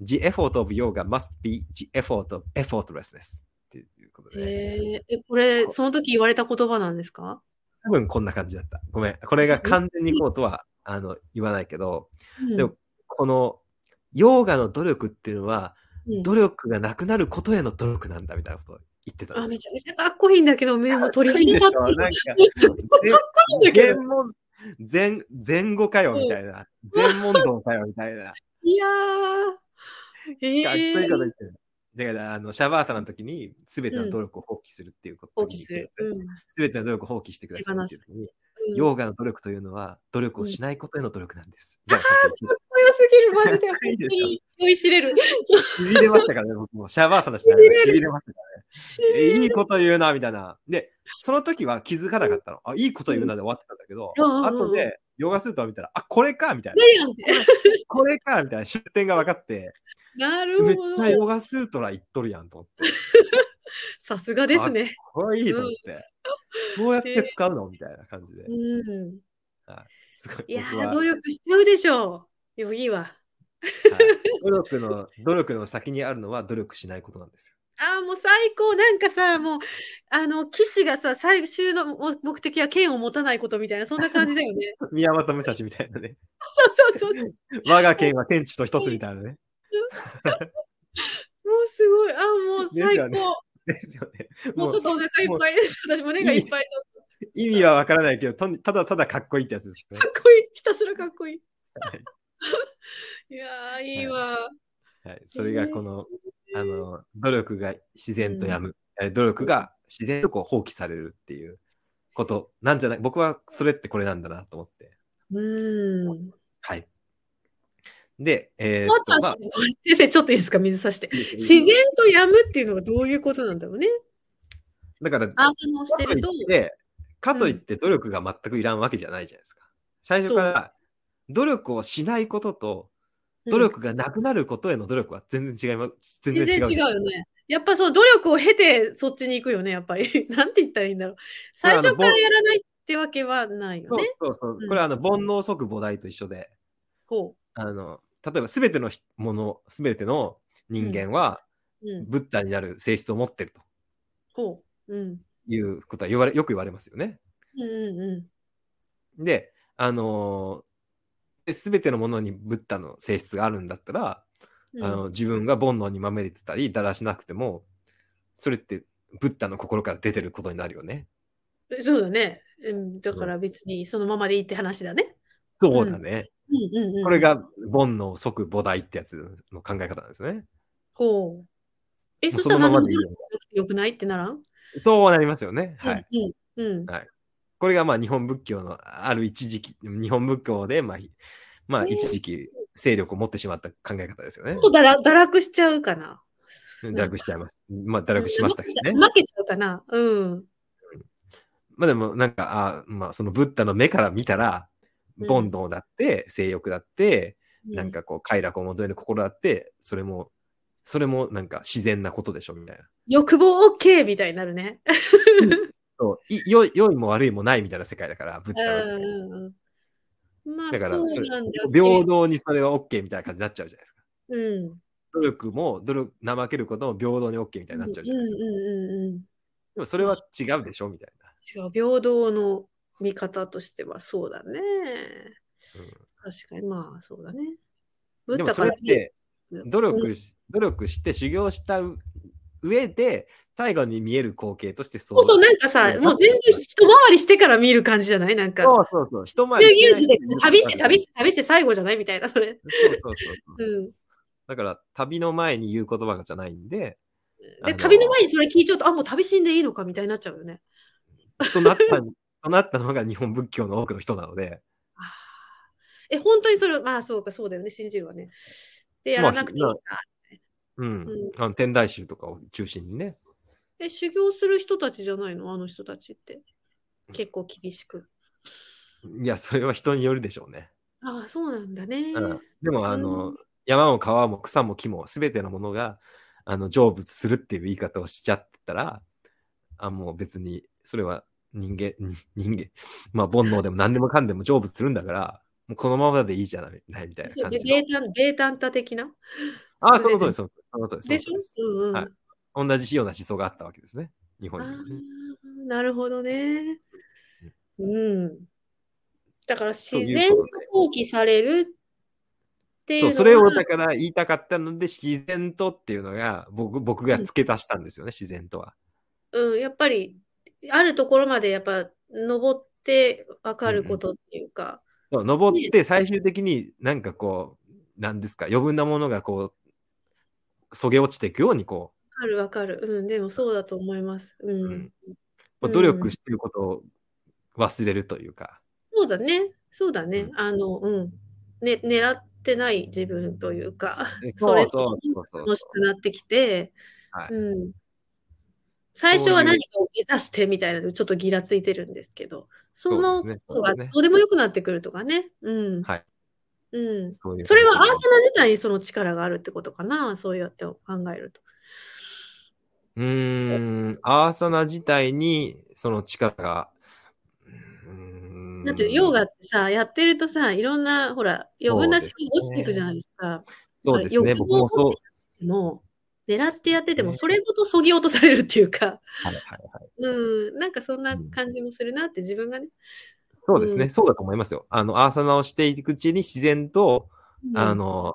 [SPEAKER 1] The effort of yoga must be the effort of effortlessness っていうことで、
[SPEAKER 2] へーえ、これ、その時言われた言葉なんですか
[SPEAKER 1] 多分こんな感じだった。ごめん。これが完全にこうとは、あの、言わないけど、
[SPEAKER 2] うん
[SPEAKER 1] でもこの、ヨーガの努力っていうのは、
[SPEAKER 2] うん
[SPEAKER 1] 努力がなくなることへの努力なんだみたいなことを言ってたん
[SPEAKER 2] あ
[SPEAKER 1] です
[SPEAKER 2] め
[SPEAKER 1] よ。
[SPEAKER 2] ちゃめちゃかっこいいんだけど、目も取り
[SPEAKER 1] いいで
[SPEAKER 2] 上げ
[SPEAKER 1] しょ
[SPEAKER 2] たっ
[SPEAKER 1] なんか、
[SPEAKER 2] いいんだけど
[SPEAKER 1] 全問、 全、前後かよみたいな。全問答かよみたいな。
[SPEAKER 2] ていやー。え
[SPEAKER 1] かっこいいこと
[SPEAKER 2] ー
[SPEAKER 1] 言ってる。だから、あの、シャバーサの時に、すべての努力を放棄するっていうこと
[SPEAKER 2] 放
[SPEAKER 1] に
[SPEAKER 2] 棄
[SPEAKER 1] 言っ
[SPEAKER 2] す
[SPEAKER 1] てる
[SPEAKER 2] る。うん
[SPEAKER 1] すべての努力を放棄してくださいっていう時に、
[SPEAKER 2] うん
[SPEAKER 1] ヨーガの努力というのは、努力をしないことへの努力なんです。
[SPEAKER 2] う
[SPEAKER 1] じ
[SPEAKER 2] ん
[SPEAKER 1] ゃあ、
[SPEAKER 2] かっこよすぎる、マジで。
[SPEAKER 1] かっ
[SPEAKER 2] 本
[SPEAKER 1] こいいで
[SPEAKER 2] 当
[SPEAKER 1] しょ
[SPEAKER 2] に酔いしれる。
[SPEAKER 1] しびれましたからね、僕も。シャバーサのしながら、
[SPEAKER 2] し
[SPEAKER 1] し
[SPEAKER 2] び
[SPEAKER 1] びれましたからね。えいいこと言うな、みたいな。で、その時は気づかなかったの。あ、いいこと言うなで終わってたんだけど、
[SPEAKER 2] うんうんうん
[SPEAKER 1] 後で、ヨガスートを見たら、あ、これかみたいな。
[SPEAKER 2] 何やん って。
[SPEAKER 1] これかみたいな出典が分かって、
[SPEAKER 2] なる
[SPEAKER 1] めっ
[SPEAKER 2] ほ
[SPEAKER 1] ちゃ
[SPEAKER 2] ど。
[SPEAKER 1] ヨガスートラ言っとるやんと思って。
[SPEAKER 2] さすがですね。
[SPEAKER 1] これいいと思って。そうやって使うのみたいな感じで。
[SPEAKER 2] うん。
[SPEAKER 1] すごい。
[SPEAKER 2] いや
[SPEAKER 1] 僕は
[SPEAKER 2] ー、努力しちゃうでしょう。よいは。
[SPEAKER 1] はい努力の、努力の先にあるのは努力しないことなんですよ。
[SPEAKER 2] ああ、もう最高。なんかさ、もう、あの、騎士がさ、最終のも目的は剣を持たないことみたいな、そんな感じだよね。
[SPEAKER 1] 宮本武蔵みたいなね。
[SPEAKER 2] そうそうそう そう。
[SPEAKER 1] 我が県は天地と一つみたいなね。
[SPEAKER 2] もうすごい。あーもう
[SPEAKER 1] です
[SPEAKER 2] 最
[SPEAKER 1] よ
[SPEAKER 2] 高。
[SPEAKER 1] ねですよね。
[SPEAKER 2] もうちょっとお腹いっぱいです。私、胸がいっぱい。ちょっ
[SPEAKER 1] 意味はわからないけど、とにただただかっこいいってやつですよ
[SPEAKER 2] とかっこいい。ひたすらかっこいい。
[SPEAKER 1] はい
[SPEAKER 2] いやー、いいわ。
[SPEAKER 1] ね。はい、それがこの、あの、努力が自然とやむ。え努力が自然とこう放棄されるっていうことなんじゃない僕はそれってこれなんだなと思って。
[SPEAKER 2] うん。
[SPEAKER 1] はい。で、えー
[SPEAKER 2] もう
[SPEAKER 1] っ
[SPEAKER 2] ちょ
[SPEAKER 1] と、
[SPEAKER 2] っ
[SPEAKER 1] まあ
[SPEAKER 2] と、先生、ちょっといいですか、水さして。
[SPEAKER 1] いいですよ
[SPEAKER 2] 自然とやむっていうのがどういうことなんだろうね。
[SPEAKER 1] だから、
[SPEAKER 2] アー
[SPEAKER 1] か
[SPEAKER 2] サーをして
[SPEAKER 1] とい
[SPEAKER 2] ると。
[SPEAKER 1] って、かといって努力が全くいらんわけじゃないじゃないですか。最初から、努力をしないことと、努力がなくなることへの努力は全然違います。
[SPEAKER 2] うん
[SPEAKER 1] 全
[SPEAKER 2] 全
[SPEAKER 1] 然違う
[SPEAKER 2] 然
[SPEAKER 1] じゃん。
[SPEAKER 2] 違うよね。やっぱその努力を経てそっちに行くよね、やっぱり。 なんて言ったらいいんだろう。最初からやらないってわけはないよ
[SPEAKER 1] そう
[SPEAKER 2] ね。
[SPEAKER 1] そうそう。
[SPEAKER 2] うん
[SPEAKER 1] これはあの煩悩即菩提と一緒で、
[SPEAKER 2] こ
[SPEAKER 1] あの例えば全てのひもの、全ての人間は
[SPEAKER 2] う。うん。
[SPEAKER 1] ブッダになる性質を持ってると
[SPEAKER 2] こう。うん。
[SPEAKER 1] いうことは言われよく言われますよね。
[SPEAKER 2] うんう
[SPEAKER 1] で、あのーで全てのものにブッダの性質があるんだったら、
[SPEAKER 2] んうん。
[SPEAKER 1] あの自分が煩悩にまみれてたりだらしなくてもそれってブッダの心から出てることになるよね。
[SPEAKER 2] うんそうだね。うん、だから別にそのままでいいって話だね。
[SPEAKER 1] そうだね。
[SPEAKER 2] うんうんうん。
[SPEAKER 1] これ。が煩悩即菩提ってやつの考え方なんですね。
[SPEAKER 2] こう。え、
[SPEAKER 1] も
[SPEAKER 2] そうし
[SPEAKER 1] そ
[SPEAKER 2] た
[SPEAKER 1] の
[SPEAKER 2] ら
[SPEAKER 1] まま
[SPEAKER 2] 何も
[SPEAKER 1] でいい
[SPEAKER 2] 努
[SPEAKER 1] よ
[SPEAKER 2] 力。なくてよくないってならん
[SPEAKER 1] そうなりますよね。はい。。
[SPEAKER 2] うんうん。
[SPEAKER 1] これがまあ日本仏教のある一時期、日本仏教でまあ、まあ
[SPEAKER 2] ね
[SPEAKER 1] 一時期勢力を持ってしまった考え方ですよね
[SPEAKER 2] ちょっ。とだら堕落しちゃうかな。
[SPEAKER 1] 堕落しちゃいます。まあ堕落しましたしね。
[SPEAKER 2] 負けちゃうかな。うん。
[SPEAKER 1] まあでもなんか、あまあそのブッダの目から見たら、
[SPEAKER 2] うん
[SPEAKER 1] 煩悩だって、性欲だって、なんかこう快楽を求める心だって、それもそれもなんか自然なことでしょみたいな。
[SPEAKER 2] 欲望 OK みたいになるね。
[SPEAKER 1] そうい良い良いも悪いもないみたいな世界だから、ぶっちゃけ
[SPEAKER 2] うんうんうんまあ、
[SPEAKER 1] だから
[SPEAKER 2] そう
[SPEAKER 1] それ
[SPEAKER 2] なんだけど
[SPEAKER 1] 平等にそれは OK みたいな感じになっちゃうじゃないですか。
[SPEAKER 2] うん。
[SPEAKER 1] 努力も努力怠けることも平等に OK みたいになっちゃうじゃないですか。
[SPEAKER 2] うんうんうんうんうん
[SPEAKER 1] でもそれは違うでしょみたい
[SPEAKER 2] 違う平等の見方としてはそうだね。確かにまあそうだね。ブ
[SPEAKER 1] な。で
[SPEAKER 2] ッ
[SPEAKER 1] も
[SPEAKER 2] ダ
[SPEAKER 1] そ
[SPEAKER 2] か
[SPEAKER 1] れ
[SPEAKER 2] ら
[SPEAKER 1] って努力し努力して修行したう上で最後に見える光景としてそ
[SPEAKER 2] そうそうなんかさ
[SPEAKER 1] う、ん
[SPEAKER 2] もう全部一回りしてから見る感じじゃないなんか。
[SPEAKER 1] そうそうそう。一回
[SPEAKER 2] ニ
[SPEAKER 1] り
[SPEAKER 2] ュー
[SPEAKER 1] して
[SPEAKER 2] ユ
[SPEAKER 1] な
[SPEAKER 2] ー
[SPEAKER 1] い人い
[SPEAKER 2] ズで
[SPEAKER 1] る
[SPEAKER 2] 旅して
[SPEAKER 1] からね
[SPEAKER 2] 旅して旅して最後じゃないみたいな、それ。
[SPEAKER 1] そうそうそうそう
[SPEAKER 2] うん。
[SPEAKER 1] だから旅の前に言う言葉がじゃないんで。あ
[SPEAKER 2] で、旅の前にそれ聞いちゃうと、あ、もう旅死んでいいのかみたいになっちゃうよね。
[SPEAKER 1] となったとなったのが日本仏教の多くの人なので、
[SPEAKER 2] あーえ、本当にそれ、まあそうか、そうだよね、信じるわね。で、やらなくていいんだ
[SPEAKER 1] まうん
[SPEAKER 2] うん
[SPEAKER 1] あの天台宗とかを中心にね、
[SPEAKER 2] え、修行する人たちじゃないのあの人たちって。結構厳しく。
[SPEAKER 1] いや、それは人によるでしょうね。
[SPEAKER 2] ああ、そうなんだね。
[SPEAKER 1] うん、でも、あの、
[SPEAKER 2] うん
[SPEAKER 1] 山も川も草も木も全てのものがあの成仏するっていう言い方をしちゃったら、あもう別にそれは人間、 うん人間、まあ煩悩でも何でもかんでも成仏するんだから、もうこのままでいいじゃないないみたいな
[SPEAKER 2] そう
[SPEAKER 1] 感
[SPEAKER 2] で
[SPEAKER 1] じ
[SPEAKER 2] ベ
[SPEAKER 1] の
[SPEAKER 2] ー。タン、ベータンタ的な
[SPEAKER 1] ああ、その通り、その通りその通り。
[SPEAKER 2] でし
[SPEAKER 1] その通
[SPEAKER 2] ょうんうん。
[SPEAKER 1] はいり同じような思想があったわけですね、日本
[SPEAKER 2] あ
[SPEAKER 1] にもね、
[SPEAKER 2] ーなるほどね。うん。だから
[SPEAKER 1] そう
[SPEAKER 2] 自
[SPEAKER 1] いう
[SPEAKER 2] 然
[SPEAKER 1] こと
[SPEAKER 2] と
[SPEAKER 1] で
[SPEAKER 2] 放棄されるっていう
[SPEAKER 1] そ
[SPEAKER 2] の
[SPEAKER 1] う、
[SPEAKER 2] は
[SPEAKER 1] それをだから言いたかったので、自然とっていうのが僕僕が付け足したんですよね、自然とは。
[SPEAKER 2] うん、やっぱりあるところまでやっぱ登って分かることっていうか、
[SPEAKER 1] そう、登って最終的になんかこう、なんですか、余分なものがこう、そげ落ちていくようにこ
[SPEAKER 2] 分かる分かる。うん、でもそうだと思います。う
[SPEAKER 1] う、
[SPEAKER 2] ん。
[SPEAKER 1] うんまあ努力してることを忘れるというか、
[SPEAKER 2] そうだね。そうだね。
[SPEAKER 1] うん
[SPEAKER 2] あの、うん。ね、狙ってない自分というか、そ
[SPEAKER 1] そう
[SPEAKER 2] れ
[SPEAKER 1] そうそうそう
[SPEAKER 2] 楽しくなってきて、
[SPEAKER 1] はい
[SPEAKER 2] うん、最初
[SPEAKER 1] そう
[SPEAKER 2] は
[SPEAKER 1] いう
[SPEAKER 2] 何かを目指してみたいなのでちょっとギラついてるんですけど、その
[SPEAKER 1] そうですね
[SPEAKER 2] ことが
[SPEAKER 1] そうですね
[SPEAKER 2] どうでもよくなってくるとかね。うん。
[SPEAKER 1] はい
[SPEAKER 2] うん。
[SPEAKER 1] そういう
[SPEAKER 2] それはアーサ
[SPEAKER 1] 感
[SPEAKER 2] ナ
[SPEAKER 1] じ
[SPEAKER 2] 自体にその力があるってことかな、そうやって考えると。
[SPEAKER 1] うーん、アーサナ自体にその力が、うーん
[SPEAKER 2] だって、ヨガってさ、やってるとさ、いろんな、ほら、余分な思考が落ちていくじゃないですか。
[SPEAKER 1] そうですね、
[SPEAKER 2] 欲
[SPEAKER 1] 僕
[SPEAKER 2] 望
[SPEAKER 1] もそう。
[SPEAKER 2] でも、狙ってやってても、
[SPEAKER 1] そ
[SPEAKER 2] それごとそぎ落とされるっていうか、
[SPEAKER 1] はいはいはい
[SPEAKER 2] うん、なんかそんな感じもするなって自分がね。
[SPEAKER 1] そうですね、
[SPEAKER 2] うん
[SPEAKER 1] そうだと思いますよ。あの、アーサナをしていくうちに自然と、
[SPEAKER 2] うん
[SPEAKER 1] あ、の、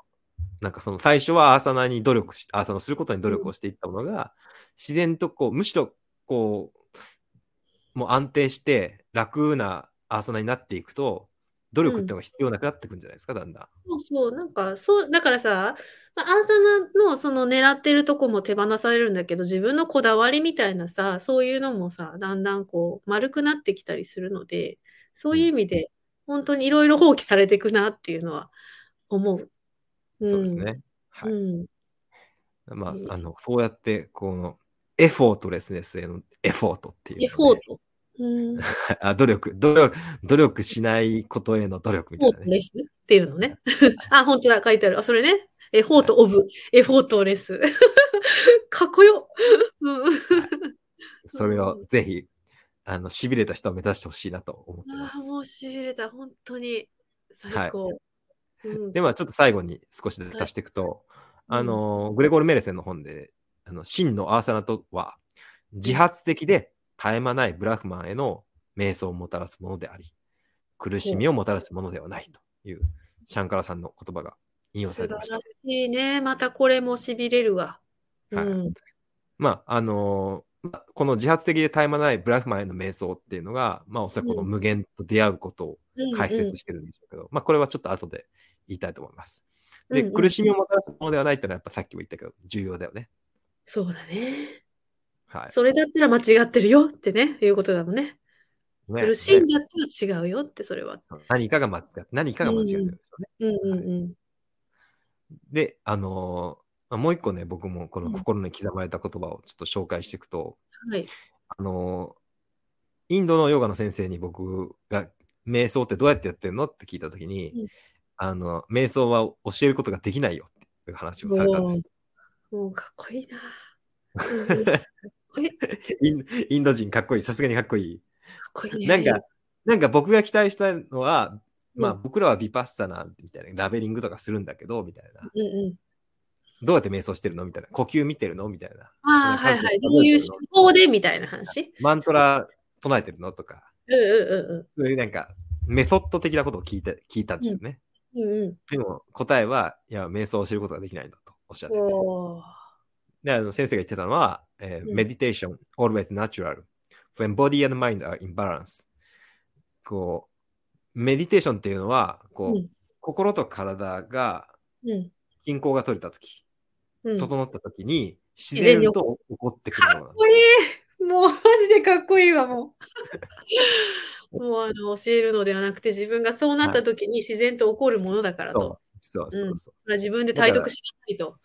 [SPEAKER 1] なんかその最初はアーサナに努力し、アーサナをすることに努力をしていったものが、自然とこう、むしろこう、もう安定して楽なアーサナになっていくと、努力っていうのが必要なくなってくんじゃないですか、だんだん。
[SPEAKER 2] そうそう、なんか、そう、だからさ、まあアーサナのその狙ってるとこも手放されるんだけど、自分のこだわりみたいなさ、そういうのもさ、だんだんこう、丸くなってきたりするので、そういう意味で、本当にいろいろ放棄されていくなっていうのは思う。ん
[SPEAKER 1] そうです。ね。はい。
[SPEAKER 2] うん。
[SPEAKER 1] ま
[SPEAKER 2] うん
[SPEAKER 1] あ、あの、そうやって、この、エフォートレスネスへのエフォートっていうので、
[SPEAKER 2] エフォート。うん。エ
[SPEAKER 1] あ努力努力、努力しないことへの努力み
[SPEAKER 2] フ
[SPEAKER 1] たいな
[SPEAKER 2] ォート
[SPEAKER 1] ね。
[SPEAKER 2] レスっていうのね。あ、本当だ、書いてある。あ、それね。エフォートオブ、エフォートレス。 かっこよ。うん。
[SPEAKER 1] それをぜひ、あの、痺れた人を目指してほしいなと思ってま
[SPEAKER 2] ああ、
[SPEAKER 1] す。
[SPEAKER 2] もうしびれた、本当に
[SPEAKER 1] は
[SPEAKER 2] 最
[SPEAKER 1] い
[SPEAKER 2] 高。うん
[SPEAKER 1] で、まあ、ちょっと最後に少しだけ足していくと、あの、グレゴール・メルセンの本で、あの、真のアーサナとは、自発的で絶え間ないブラフマンへの瞑想をもたらすものであり、苦しみをもたらすものではないという、シャンカラさんの言葉が引用さ
[SPEAKER 2] 素晴
[SPEAKER 1] れて
[SPEAKER 2] ら
[SPEAKER 1] まし。
[SPEAKER 2] したいね。またこれもしびれるわ。
[SPEAKER 1] はい
[SPEAKER 2] うん
[SPEAKER 1] まあ、あのーまあこの自発的で絶え間ないブラフマンへの瞑想っていうのが、まあ、おそらくこの
[SPEAKER 2] うん
[SPEAKER 1] 無限と出会うことを
[SPEAKER 2] うん
[SPEAKER 1] 解説してるんでしょうけど、まあ、これはちょっと後で言いたいと思います。で、
[SPEAKER 2] うんうん
[SPEAKER 1] 苦しみをもたらすものではないっていうのは、やっぱさっきも言ったけど、重要だよね。
[SPEAKER 2] そうだね。
[SPEAKER 1] はい。
[SPEAKER 2] それだったら間違ってるよってね、いうことだもんね。
[SPEAKER 1] ね
[SPEAKER 2] 苦しいん
[SPEAKER 1] ね
[SPEAKER 2] だったら違うよって、それは。
[SPEAKER 1] 何かが間違って、何かが間違ってるんでしょうね。
[SPEAKER 2] うんうんうん。
[SPEAKER 1] で、あのーまあもう一個ね、僕もこの心に刻まれた言葉をちょっと紹介していくと、
[SPEAKER 2] はい。
[SPEAKER 1] あの、インドのヨガの先生に僕が瞑想ってどうやってやってるのって聞いたときに、
[SPEAKER 2] うん
[SPEAKER 1] あの、瞑想は教えることができないよっていう話をされたんです。
[SPEAKER 2] もうかっこいいな。 うんかっ
[SPEAKER 1] インインド人かっこいい、さすがにかっこい
[SPEAKER 2] こいい
[SPEAKER 1] い。
[SPEAKER 2] ね。
[SPEAKER 1] なんか、なんか僕が期待したのは、まあ
[SPEAKER 2] うん
[SPEAKER 1] 僕らはビパッサナーみたいな、ラベリングとかするんだけど、みたいな。
[SPEAKER 2] うんう
[SPEAKER 1] どうやって瞑想してるのみたいな。呼吸見てるのみたいな。
[SPEAKER 2] ん。ああ、
[SPEAKER 1] な
[SPEAKER 2] は
[SPEAKER 1] ん
[SPEAKER 2] い
[SPEAKER 1] か
[SPEAKER 2] はい。どういう思考でみたいな話。
[SPEAKER 1] マントラ唱えてるのとか、
[SPEAKER 2] うんう
[SPEAKER 1] そういうなんか、メソッド的なことを聞いた聞いたんですよね。
[SPEAKER 2] んうんうん。うん
[SPEAKER 1] でも答えは、いや、瞑想を知ることができないんだとおっしゃっ
[SPEAKER 2] うん。
[SPEAKER 1] てて。
[SPEAKER 2] おー
[SPEAKER 1] で、あの先生が言ってたのは、えー
[SPEAKER 2] うん
[SPEAKER 1] meditation always natural when body and mind are in balance。こう、メディテーションっていうのは、こう、
[SPEAKER 2] うん
[SPEAKER 1] 心と体が
[SPEAKER 2] うん
[SPEAKER 1] 均衡が取れたとき、
[SPEAKER 2] うん。
[SPEAKER 1] 整ったときに、自
[SPEAKER 2] 自
[SPEAKER 1] 然
[SPEAKER 2] 然に起
[SPEAKER 1] と起こってくるものな
[SPEAKER 2] かっ
[SPEAKER 1] んで
[SPEAKER 2] こいいもうマジでかっこいいわも うもうあの教えるのではなくて自分がそうなった時に自然と起こるものだから
[SPEAKER 1] す
[SPEAKER 2] と、
[SPEAKER 1] そうそうそうそう。
[SPEAKER 2] それは自分で体得しなさいと、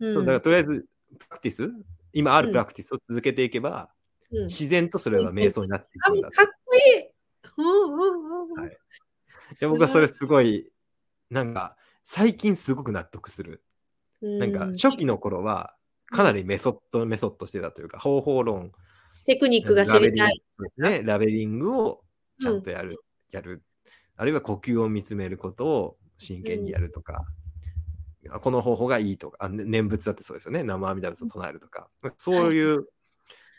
[SPEAKER 2] うん
[SPEAKER 1] そうだからとりあえず、プラクティス、今ある
[SPEAKER 2] うん
[SPEAKER 1] プラクティスを続けていけば、
[SPEAKER 2] うん
[SPEAKER 1] 自然とそれは瞑想になってい
[SPEAKER 2] あ
[SPEAKER 1] くん
[SPEAKER 2] もう
[SPEAKER 1] だと
[SPEAKER 2] かっこいいうんうんうんうん
[SPEAKER 1] はいで僕はそれすごい、なんか、最近すごく納得する。なんか、初期の頃は、かなりメソッド、メソッドしてたというか、方法論、
[SPEAKER 2] テクニックが知りたい、
[SPEAKER 1] ラベリングね、ラベリングをちゃんとやる、やる。あるいは呼吸を見つめることを真剣にやるとか、この方法がいいとか、あね念仏だってそうですよね、生阿弥陀仏を唱えるとか、そういう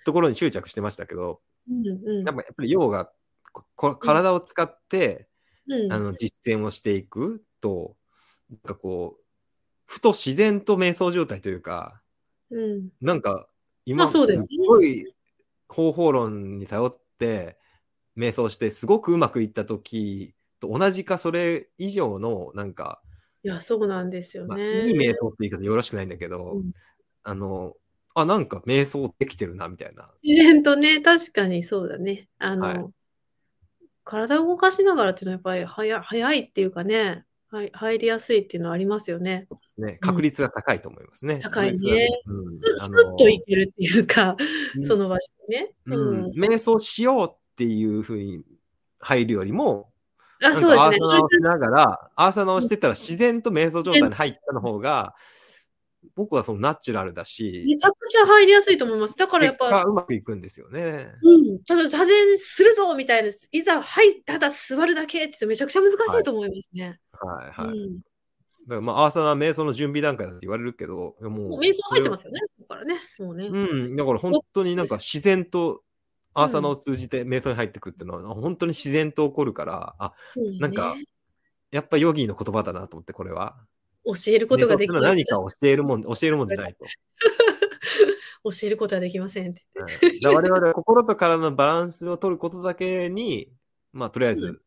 [SPEAKER 1] ところに執着してましたけど、
[SPEAKER 2] うんうん
[SPEAKER 1] やっぱやっぱりヨガ、ここ体を使って、
[SPEAKER 2] うん
[SPEAKER 1] あの実践をしていくと、なんかこう、ふと自然と瞑想状態というか、
[SPEAKER 2] うん
[SPEAKER 1] なんか
[SPEAKER 2] ま
[SPEAKER 1] 今
[SPEAKER 2] あ
[SPEAKER 1] す
[SPEAKER 2] そう
[SPEAKER 1] っ
[SPEAKER 2] だよね
[SPEAKER 1] ごい方法論に頼って瞑想してすごくうまくいった時と同じかそれ以上のなんか、
[SPEAKER 2] いやそうなんですよね、
[SPEAKER 1] まあ、いい瞑想って言い方よろしくないんだけど、
[SPEAKER 2] うん
[SPEAKER 1] あのあなんか瞑想できてるなみたいな
[SPEAKER 2] 自然とね、確かにそうだね。あの、
[SPEAKER 1] はい
[SPEAKER 2] 体を動かしながらっていうのはやっぱり早早いっていうかね、はい、入りやすいっていうのはありますよね。
[SPEAKER 1] ですね、確率が高いと思いますね。
[SPEAKER 2] 高いね
[SPEAKER 1] 確率がうん
[SPEAKER 2] ス
[SPEAKER 1] あ
[SPEAKER 2] ッ
[SPEAKER 1] の
[SPEAKER 2] といけるっていうか、
[SPEAKER 1] うん
[SPEAKER 2] その場所にね。
[SPEAKER 1] うん、瞑想しようっていうふうに入るよりも、
[SPEAKER 2] あ、
[SPEAKER 1] なん
[SPEAKER 2] そうで
[SPEAKER 1] か
[SPEAKER 2] す
[SPEAKER 1] アー
[SPEAKER 2] ね。
[SPEAKER 1] サナをしながら、アーサナをしてたら自然と瞑想状態に入ったの方が、僕はそのナチュラルだし、
[SPEAKER 2] めちゃくちゃ入りやすいと思います。だからや
[SPEAKER 1] 結
[SPEAKER 2] っ
[SPEAKER 1] 果
[SPEAKER 2] ぱ、
[SPEAKER 1] うまくいくんですよね。
[SPEAKER 2] うん、ただ座禅するぞみたいな、いざ、はい、ただ座るだけってめちゃくちゃ難しいと思いますね。
[SPEAKER 1] はいはい。
[SPEAKER 2] うん、
[SPEAKER 1] だからまあ、アーサナは瞑想の準備段階だって言われるけど、もう。
[SPEAKER 2] もう瞑想入ってますすよね、そこからね。もうね。
[SPEAKER 1] うん、だから本当になんか自然と、アーサナを通じて瞑想に入ってくっていうのは、本当に自然と起こるから、あ、なんか
[SPEAKER 2] ね
[SPEAKER 1] やっぱヨギーの言葉だなと思って、これは。
[SPEAKER 2] 教えることができ
[SPEAKER 1] 瞑想っていうのは
[SPEAKER 2] ない
[SPEAKER 1] 何かを教えるもん、教えるもんじゃないと。
[SPEAKER 2] 教えることはできませんって。
[SPEAKER 1] うんだから我々は心と体のバランスを取ることだけに、まあ、とりあえず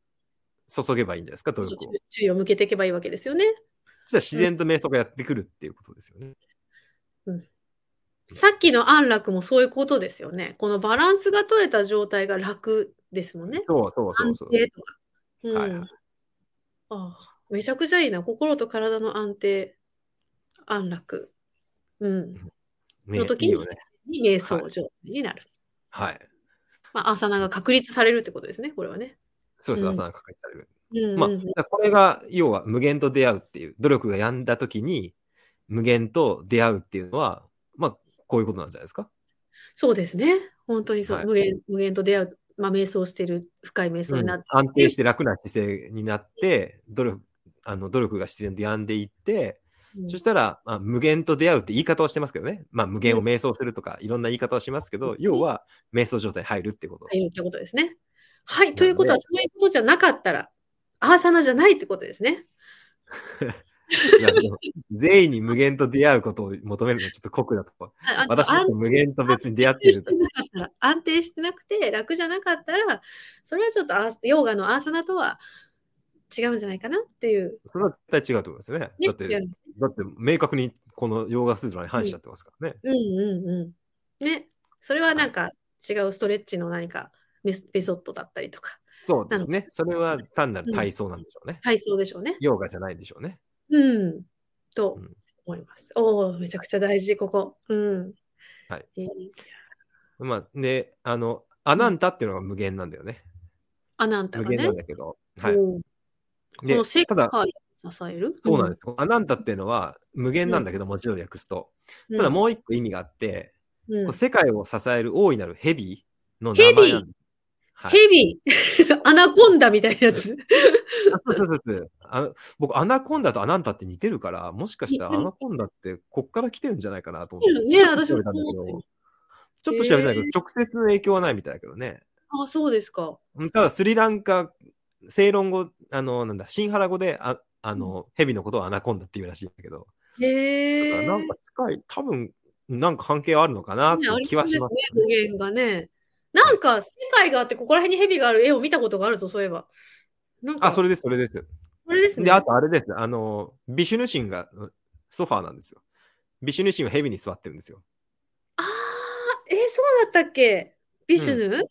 [SPEAKER 1] 注げばいいんじゃないですか、努力を。そし
[SPEAKER 2] 注意を向けていけばいいわけですよね。
[SPEAKER 1] たら自然と瞑想がやってくるっていうことですよね。
[SPEAKER 2] さっきの安楽もそういうことですよね。このバランスが取れた状態が楽ですもんね。
[SPEAKER 1] そうそうそうそう
[SPEAKER 2] 安。定とか。うん
[SPEAKER 1] はいはい
[SPEAKER 2] ああめちゃくちゃいいな。心と体の安定、安楽。うん。
[SPEAKER 1] ね
[SPEAKER 2] の時
[SPEAKER 1] いい
[SPEAKER 2] に
[SPEAKER 1] よね。
[SPEAKER 2] に瞑想状態になる。
[SPEAKER 1] はい。
[SPEAKER 2] まあ、アーサナが確立されるってことですね、これはね。
[SPEAKER 1] そう
[SPEAKER 2] う
[SPEAKER 1] そ
[SPEAKER 2] ん
[SPEAKER 1] う、朝が確立される。
[SPEAKER 2] うんうんうん、
[SPEAKER 1] まあ、だからこれが、要は無限と出会うっていう、努力がやんだ時に、無限と出会うっていうのは、まあ、こういうことなんじゃないですか。
[SPEAKER 2] そうですね。本当にそう、
[SPEAKER 1] はい
[SPEAKER 2] 無限。無限と出会う、まあ、瞑想してる、深い瞑想になって、
[SPEAKER 1] 安定して楽な姿勢になって、努力、あの努力が自然とやんでいって、
[SPEAKER 2] うん
[SPEAKER 1] そしたら、まあ、無限と出会うって言い方をしてますけどね。まあ、無限を瞑想するとか、いろんな言い方をしますけど、要は、瞑想状態に入るってこと。
[SPEAKER 2] 入るってことですね。はい、
[SPEAKER 1] で
[SPEAKER 2] ということは、そういうことじゃなかったら、アーサナじゃないってことですね。
[SPEAKER 1] いやでも全員に無限と出会うことを求めるのはちょっと酷だと思う。
[SPEAKER 2] ああ
[SPEAKER 1] 私だって
[SPEAKER 2] 安
[SPEAKER 1] 無限と別に出会って
[SPEAKER 2] 定
[SPEAKER 1] る
[SPEAKER 2] してなかったら、安定してなくて、楽じゃなかったら、それはちょっとアーヨーガのアーサナとは違うんじゃないかなっていう。
[SPEAKER 1] それは絶対違うと思いますよね。
[SPEAKER 2] ね、
[SPEAKER 1] だって、
[SPEAKER 2] 違う
[SPEAKER 1] だ
[SPEAKER 2] んです
[SPEAKER 1] って明確にこのヨガスーツラに反しちゃってますからね。
[SPEAKER 2] うんうんうん。ね、それはなんか違うストレッチの何かメスメソッドだったりとか、
[SPEAKER 1] そうですね。それは単なる体操なんでしょうね。
[SPEAKER 2] 体操でしょうね。
[SPEAKER 1] ヨガじゃないんでしょうね。
[SPEAKER 2] うん。と
[SPEAKER 1] うん
[SPEAKER 2] 思います。おお、めちゃくちゃ大事、ここ。うん。
[SPEAKER 1] はい
[SPEAKER 2] えー。
[SPEAKER 1] まあ、で、あの、アナンタっていうのが無限なんだよね。
[SPEAKER 2] あなんた
[SPEAKER 1] 無
[SPEAKER 2] が
[SPEAKER 1] 限
[SPEAKER 2] ね
[SPEAKER 1] なん。だけど。はい。
[SPEAKER 2] うんこ
[SPEAKER 1] で
[SPEAKER 2] の世、
[SPEAKER 1] ただ、
[SPEAKER 2] 界支える。
[SPEAKER 1] そうなんです。このアナンタっていうのは無限なんだけど、もちろん訳すと。
[SPEAKER 2] うん。
[SPEAKER 1] ただもう一個意味があって、
[SPEAKER 2] うん、
[SPEAKER 1] こ
[SPEAKER 2] う
[SPEAKER 1] うん世界を支える大いなるヘビーの名前なんです。はい
[SPEAKER 2] ヘビ ー、アナコンダみたいなやつ。
[SPEAKER 1] あそうそうそうそうあの僕、アナコンダとアナンタって似てるから、もしかしたらアナコンダってこっから来てるんじゃないかなと思って。
[SPEAKER 2] ね
[SPEAKER 1] ちょっと
[SPEAKER 2] 私
[SPEAKER 1] 調べ
[SPEAKER 2] も
[SPEAKER 1] たんだけど
[SPEAKER 2] 思っ
[SPEAKER 1] ちょっと調べたんだけど、直接の影響はないみたいだけどね。
[SPEAKER 2] あ、そうですか。
[SPEAKER 1] うんただ、スリランカ、セイロン語、あの、なんだ、シンハラ語で、ああの、ヘビのことをアナコンダっていうらしいんだけど、だか
[SPEAKER 2] へ
[SPEAKER 1] ら
[SPEAKER 2] え。
[SPEAKER 1] なんか近い、多分なんか関係あるのかなって
[SPEAKER 2] ねあ
[SPEAKER 1] いう
[SPEAKER 2] り
[SPEAKER 1] 気
[SPEAKER 2] そう
[SPEAKER 1] は
[SPEAKER 2] で
[SPEAKER 1] し
[SPEAKER 2] す
[SPEAKER 1] ま
[SPEAKER 2] ね
[SPEAKER 1] す。、
[SPEAKER 2] 語源がね。なんか、世界があって、ここら辺にヘビがある絵を見たことがあるぞ、そういえば。なんか、
[SPEAKER 1] あ、それです、それです。
[SPEAKER 2] これですね。
[SPEAKER 1] で、あとあれですね、あの、ビシュヌ神がうんソファーなんですよ。ビシュヌ神はヘビに座ってるんですよ。
[SPEAKER 2] あーえーそうだったっけビシュヌ、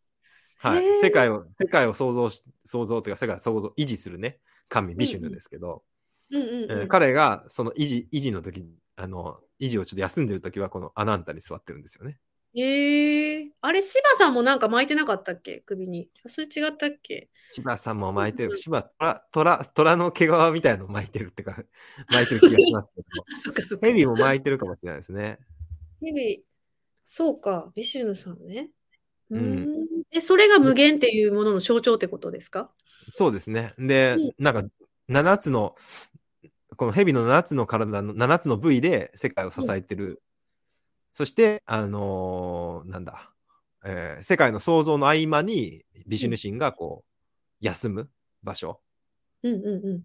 [SPEAKER 1] はい
[SPEAKER 2] へー。
[SPEAKER 1] 世界を、世界を創造し、創造というか、世界を創造、維持するね、神、ビシュヌですけど、
[SPEAKER 2] うん、うんうん
[SPEAKER 1] えー彼がその維持、維持の時、あの、維持をちょっと休んでる時は、このアナンタに座ってるんですよね。
[SPEAKER 2] えーあれ、柴さんもなんか巻いてなかったっけ首に。あそれ違ったっけ
[SPEAKER 1] 芝さんも巻いてる。芝、虎、虎、虎の毛皮みたいの巻いてるってか、巻いてる気がしますけど、
[SPEAKER 2] あ、そっかそっか。
[SPEAKER 1] ヘビも巻いてるかもしれないですね。
[SPEAKER 2] ヘビ。そうか、ビシュヌさんね。う
[SPEAKER 1] うんん
[SPEAKER 2] えそれが無限っていうものの象徴ってことですか
[SPEAKER 1] そうですね。で
[SPEAKER 2] うん、
[SPEAKER 1] なんか7つの、この蛇の7つの体の7つの部位で世界を支えてる。そして、あのーなんだ、えー世界の創造の合間にビシュヌ神がこう、休む場所
[SPEAKER 2] うんうんうん。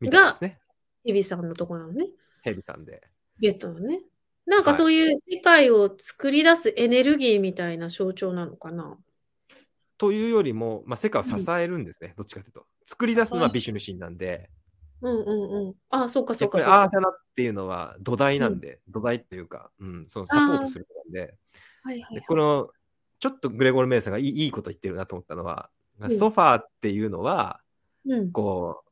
[SPEAKER 1] みたいですね。
[SPEAKER 2] ヘビさんのとこなのね。
[SPEAKER 1] 蛇さんで。
[SPEAKER 2] ベッドのね。なんか
[SPEAKER 1] はい
[SPEAKER 2] そういう世界を作り出すエネルギーみたいな象徴なのかな。
[SPEAKER 1] というよりも、まあ、世界を支えるんですね。どっちかというと。作り出すのはビシュヌ神なんで、
[SPEAKER 2] うんうんうん。あ、そうかそ
[SPEAKER 1] や
[SPEAKER 2] う
[SPEAKER 1] っぱ
[SPEAKER 2] か
[SPEAKER 1] り
[SPEAKER 2] そう
[SPEAKER 1] ア
[SPEAKER 2] か
[SPEAKER 1] ー。サナっていうのは土台なんで、土台っていうか、うん、そのサポートするものなんで、
[SPEAKER 2] はいはい
[SPEAKER 1] で
[SPEAKER 2] はい。
[SPEAKER 1] このちょっとグレゴル・メイさんがいいいいこと言ってるなと思ったのは、
[SPEAKER 2] ん
[SPEAKER 1] ソファーっていうのは
[SPEAKER 2] うん。
[SPEAKER 1] こう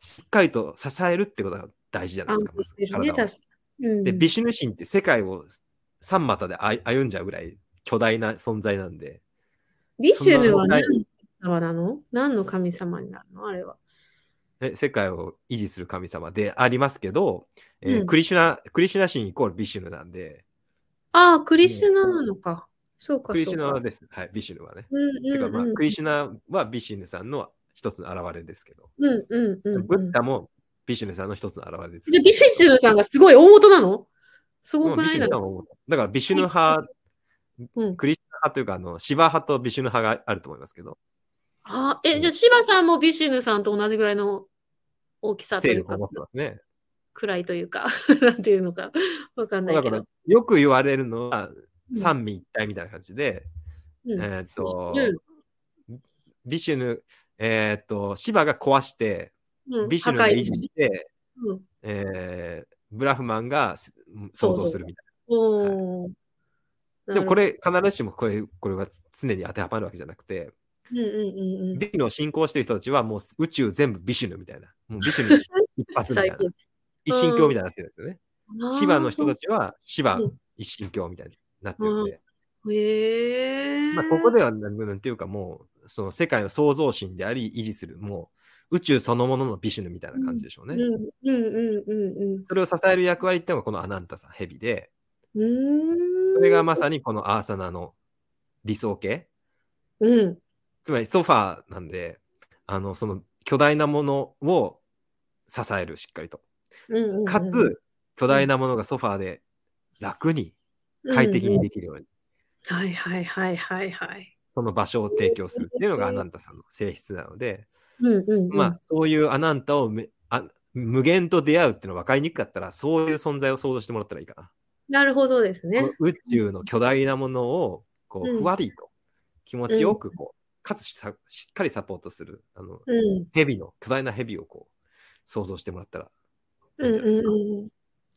[SPEAKER 1] しっかりと支えるってことが大事じゃない
[SPEAKER 2] 安
[SPEAKER 1] ですか、
[SPEAKER 2] 定してるね、
[SPEAKER 1] まず体を
[SPEAKER 2] 確かに。うん、
[SPEAKER 1] でビシュヌ神って世界を三股で歩歩んじゃうぐらい巨大な存在なんで
[SPEAKER 2] ビシュヌ
[SPEAKER 1] そ
[SPEAKER 2] は
[SPEAKER 1] んな
[SPEAKER 2] 何の神様なの何の神様になるのあれは。
[SPEAKER 1] ね世界を維持する神様でありますけど、えー
[SPEAKER 2] うん
[SPEAKER 1] クリシュナクリシュナ神イコールビシュヌなんで
[SPEAKER 2] ああ、クリシュナなのか。そうか
[SPEAKER 1] クリ
[SPEAKER 2] そ
[SPEAKER 1] シ
[SPEAKER 2] う
[SPEAKER 1] ュナ
[SPEAKER 2] か。
[SPEAKER 1] です、はい、ビシュヌはね、
[SPEAKER 2] うんうん
[SPEAKER 1] てかまあ
[SPEAKER 2] うん
[SPEAKER 1] クリシュナはビシュヌさんの一つの現れですけど
[SPEAKER 2] うんうんうんうん
[SPEAKER 1] ブッダもビシュヌさんの一つの表れです。
[SPEAKER 2] じゃあビシュヌさんがすごい大元なのす
[SPEAKER 1] う
[SPEAKER 2] ご
[SPEAKER 1] ん
[SPEAKER 2] く
[SPEAKER 1] ビ
[SPEAKER 2] な
[SPEAKER 1] シ
[SPEAKER 2] い
[SPEAKER 1] ュヌ
[SPEAKER 2] だ
[SPEAKER 1] さん
[SPEAKER 2] ろ
[SPEAKER 1] は思うだからビシュヌ派、
[SPEAKER 2] うん
[SPEAKER 1] クリスナ派というか、あの、シバ派とビシュヌ派があると思いますけど、
[SPEAKER 2] あーえ、じゃあ、柴さんもビシュヌさんと同じぐらいの大きさと
[SPEAKER 1] 勢
[SPEAKER 2] いう
[SPEAKER 1] 力
[SPEAKER 2] か
[SPEAKER 1] を持っ、てますね。
[SPEAKER 2] くらいというか、 なんていうのか、わかんない
[SPEAKER 1] だ
[SPEAKER 2] け
[SPEAKER 1] か
[SPEAKER 2] ど
[SPEAKER 1] ら。、よく言われるのは、
[SPEAKER 2] うん
[SPEAKER 1] 三位一体みたいな感じで、
[SPEAKER 2] うん
[SPEAKER 1] えーっと
[SPEAKER 2] うん、
[SPEAKER 1] ビシュヌ、えーっと、シバが壊して、
[SPEAKER 2] うん
[SPEAKER 1] ビシュヌが維持して、
[SPEAKER 2] 破壊うん
[SPEAKER 1] えーブラフマンがす想像するみたい
[SPEAKER 2] おー
[SPEAKER 1] な。でもこ
[SPEAKER 2] なる
[SPEAKER 1] れ、必ずしもこれ、これは常に当てはまるわけじゃなくて、
[SPEAKER 2] ほど、うんうんうんうん、
[SPEAKER 1] ディのを信仰してる人たちはもう宇宙全部ビシュヌみたいな。もうビシュヌ一発みたい
[SPEAKER 2] 最
[SPEAKER 1] な
[SPEAKER 2] 高。
[SPEAKER 1] 一神教みたいになってるんですよね。シバの人たちはシバ
[SPEAKER 2] うん
[SPEAKER 1] 一神教みたいになってるんで。
[SPEAKER 2] ち。へえ。
[SPEAKER 1] まあ、ここではなんなんていうかもう、その世界の創造神であり維持する、もう宇宙そのもののビシュヌみたいな感じでしょうね。
[SPEAKER 2] うんうんうんうん
[SPEAKER 1] それを支える役割っていうのがこのアナンタさん、ヘビで、
[SPEAKER 2] うん。
[SPEAKER 1] それがま
[SPEAKER 2] さ
[SPEAKER 1] さにこのアーサナの理想形。
[SPEAKER 2] うん。
[SPEAKER 1] つまりソファーなんで、あの、その巨大なものを支える、しっかりと。
[SPEAKER 2] うんうんうん
[SPEAKER 1] かつ、巨大なものがソファーで楽に快適にできるように、
[SPEAKER 2] うんうんはいはいはいはいはい。
[SPEAKER 1] その場所を提供するっていうのがアナンタさんの性質なので、
[SPEAKER 2] うんうんうん、
[SPEAKER 1] まあ、そういうアナンタをめあ無限と出会うっていうのは分かりにくかったら、そういう存在を想像してもらったらいいかな。
[SPEAKER 2] なるほどですね
[SPEAKER 1] こ。の宇宙の巨大なものを、こ
[SPEAKER 2] うん
[SPEAKER 1] う、ふわりと気持ちよく、こう、かつしさしっかりサポートする、あの、
[SPEAKER 2] うん。
[SPEAKER 1] 蛇の、巨大な蛇をこう、想像してもらったらいい
[SPEAKER 2] うんん
[SPEAKER 1] じゃない
[SPEAKER 2] うん
[SPEAKER 1] ですか。
[SPEAKER 2] うん。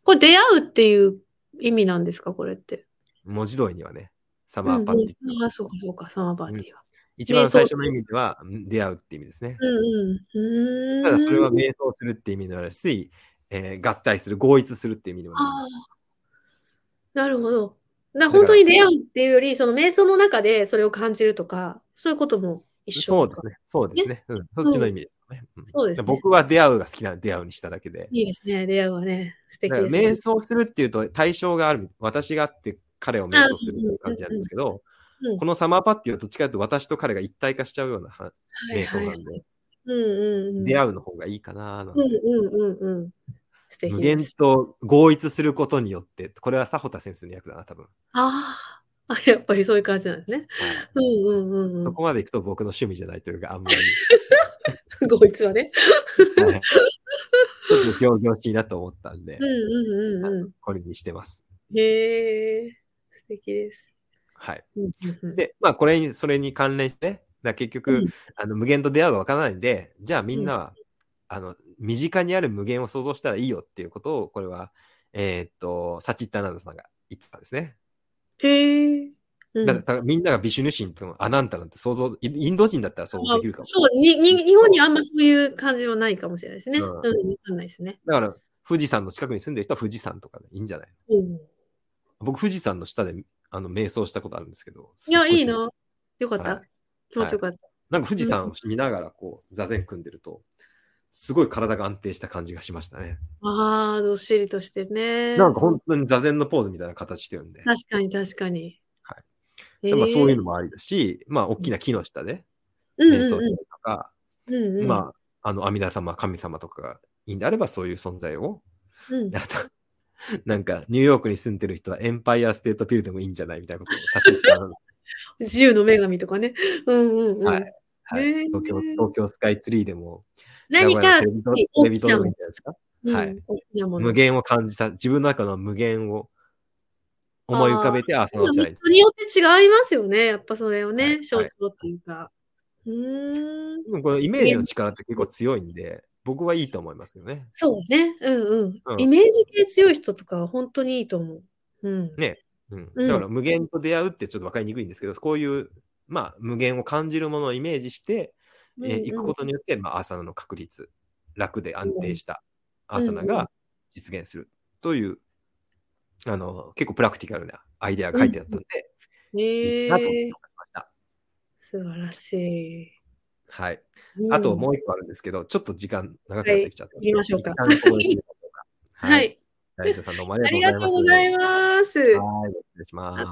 [SPEAKER 2] これ出会うっていう意味なんですか、これって。
[SPEAKER 1] 文字通りにはね、サマーパンティ
[SPEAKER 2] うんうんああ、そうかそうか、サマーパーティーは。
[SPEAKER 1] 一番最初の意味ではうん出会うって意味ですね。
[SPEAKER 2] うんうん。
[SPEAKER 1] ただそれは瞑想するって意味でもあるし、えー合体する、合一するって意味でもあ
[SPEAKER 2] ああ、なるほど。
[SPEAKER 1] だ
[SPEAKER 2] な
[SPEAKER 1] から
[SPEAKER 2] 本当に出会うっていうより、その瞑想の中でそれを感じるとか、そういうことも一緒
[SPEAKER 1] そうですね。そうですね。うん、そっちの意味ですよね。ん
[SPEAKER 2] そうですね
[SPEAKER 1] 僕は出会うが好きな出会うにしただけで。
[SPEAKER 2] いいですね。出会うはね、素敵
[SPEAKER 1] だから
[SPEAKER 2] です
[SPEAKER 1] 瞑
[SPEAKER 2] ね。
[SPEAKER 1] 想するっていうと対象がある、私があって彼を瞑想するっていう感じなんですけど
[SPEAKER 2] うんうんうん、
[SPEAKER 1] このサマーパッティはどっちかというと私と彼が一体化しちゃうようなは
[SPEAKER 2] はい
[SPEAKER 1] 瞑想
[SPEAKER 2] はい
[SPEAKER 1] な
[SPEAKER 2] はい
[SPEAKER 1] んで、
[SPEAKER 2] うんうんうん。
[SPEAKER 1] 出会うの方がいいかななん
[SPEAKER 2] う
[SPEAKER 1] て
[SPEAKER 2] んうんうんうん。素敵
[SPEAKER 1] 無
[SPEAKER 2] で
[SPEAKER 1] 限
[SPEAKER 2] す。
[SPEAKER 1] と合一することによって、これは佐保田先生の役だな、多分。
[SPEAKER 2] あーあ、 やっぱりそういう感じなんですね。うんうんうんうん。
[SPEAKER 1] そこまでいくと僕の趣味じゃないというか、あんまり。
[SPEAKER 2] こいつはね。
[SPEAKER 1] はいちょっと行々しいなと思ったんで
[SPEAKER 2] う、んうんうんう
[SPEAKER 1] これにしてます。
[SPEAKER 2] ん。へえ、素敵です。
[SPEAKER 1] はい。
[SPEAKER 2] うんうんうん
[SPEAKER 1] で、まあ、これに、それに関連してね、だから結局、
[SPEAKER 2] うん
[SPEAKER 1] あの無限と出会うがわからないんで、じゃあみんなは、あの、身近にある無限を想像したらいいよっていうことを、これは、えーっと、サチッタナンダさんが言ったんですね。
[SPEAKER 2] へえ。うん
[SPEAKER 1] だからだからみんながビシュヌ神とアナンタなんて想像、インインド人だったら想像できるかも。
[SPEAKER 2] そうにに、日本にあんまそういう感じはないかもしれないですね。
[SPEAKER 1] う
[SPEAKER 2] うんん、わかんないですね。
[SPEAKER 1] だから、富士山の近くに住んでる人は富士山とかでいいんじゃない
[SPEAKER 2] うん、
[SPEAKER 1] 僕、富士山の下であの瞑想したことあるんですけど。
[SPEAKER 2] いや、
[SPEAKER 1] すっご
[SPEAKER 2] いいな。よかった。
[SPEAKER 1] はい
[SPEAKER 2] 気持ちよかった。
[SPEAKER 1] なんか富士山を見ながらこう座禅組んでると、すごい体が安定した感じがしましたね。
[SPEAKER 2] ああ、どっしりとしてるね。
[SPEAKER 1] なんか本当に座禅のポーズみたいな形してるんで、
[SPEAKER 2] 確かに確かに。
[SPEAKER 1] は
[SPEAKER 2] え
[SPEAKER 1] で
[SPEAKER 2] ー
[SPEAKER 1] まあそういうのもありだし、まあ大きな木の下で
[SPEAKER 2] うん
[SPEAKER 1] 瞑
[SPEAKER 2] う
[SPEAKER 1] 想した
[SPEAKER 2] んう
[SPEAKER 1] り
[SPEAKER 2] ん
[SPEAKER 1] とか、
[SPEAKER 2] うんうん
[SPEAKER 1] まああの阿弥陀様、神様とかがいいんであればそういう存在を、
[SPEAKER 2] うん
[SPEAKER 1] あと、 なんかニューヨークに住んでる人はエンパイアステートビルでもいいんじゃないみたいなことをさっき言 ったので
[SPEAKER 2] 自由の女神とかね。うんうんうん。
[SPEAKER 1] はいはい
[SPEAKER 2] へー
[SPEAKER 1] 東京東京スカイツリーでも、
[SPEAKER 2] 何
[SPEAKER 1] 名古屋
[SPEAKER 2] か
[SPEAKER 1] のテレビ塔テレビ塔でもいいんじゃないですか。
[SPEAKER 2] うん
[SPEAKER 1] はい
[SPEAKER 2] 大きなもの。
[SPEAKER 1] 無限を感じた、自分の中の無限を思い浮かべて、ああ、そ
[SPEAKER 2] でも
[SPEAKER 1] うじゃない。
[SPEAKER 2] 人によって違いますよね。やっぱそれを
[SPEAKER 1] は
[SPEAKER 2] ね、
[SPEAKER 1] い
[SPEAKER 2] 象徴っていうか。うーん。
[SPEAKER 1] でもこのイメージの力って結構強いんで、僕はいいと思いますけどね。
[SPEAKER 2] そうね。うん
[SPEAKER 1] う
[SPEAKER 2] うんん。イメージ系強い人とかは本当にいいと思う。うん。
[SPEAKER 1] ねうん、
[SPEAKER 2] うん
[SPEAKER 1] だから無限と出会うってちょっと分かりにくいんですけど、こういう、まあ、無限を感じるものをイメージして、えー
[SPEAKER 2] うんうん
[SPEAKER 1] 行くことによって、まあ、アーサナの確率、楽で安定したアーサナ
[SPEAKER 2] うんうん
[SPEAKER 1] が実現するという、あの、結構プラクティカルなアイデアが書いてあったんで、いいなと思い
[SPEAKER 2] ねえ
[SPEAKER 1] ました。
[SPEAKER 2] 素晴らし
[SPEAKER 1] はい。
[SPEAKER 2] い。
[SPEAKER 1] あとも
[SPEAKER 2] う
[SPEAKER 1] う一個あるんですけど、ちょっと時間長くなってきちゃったので。
[SPEAKER 2] はい行きましょうか
[SPEAKER 1] 一旦ここで切りましょうか
[SPEAKER 2] んは
[SPEAKER 1] はい。
[SPEAKER 2] い。
[SPEAKER 1] 成田さんどうもあ
[SPEAKER 2] あ
[SPEAKER 1] り
[SPEAKER 2] り
[SPEAKER 1] が
[SPEAKER 2] が
[SPEAKER 1] とう
[SPEAKER 2] とう
[SPEAKER 1] ご
[SPEAKER 2] ご
[SPEAKER 1] ざ
[SPEAKER 2] ざ
[SPEAKER 1] い
[SPEAKER 2] います。
[SPEAKER 1] ます。はい。失礼します。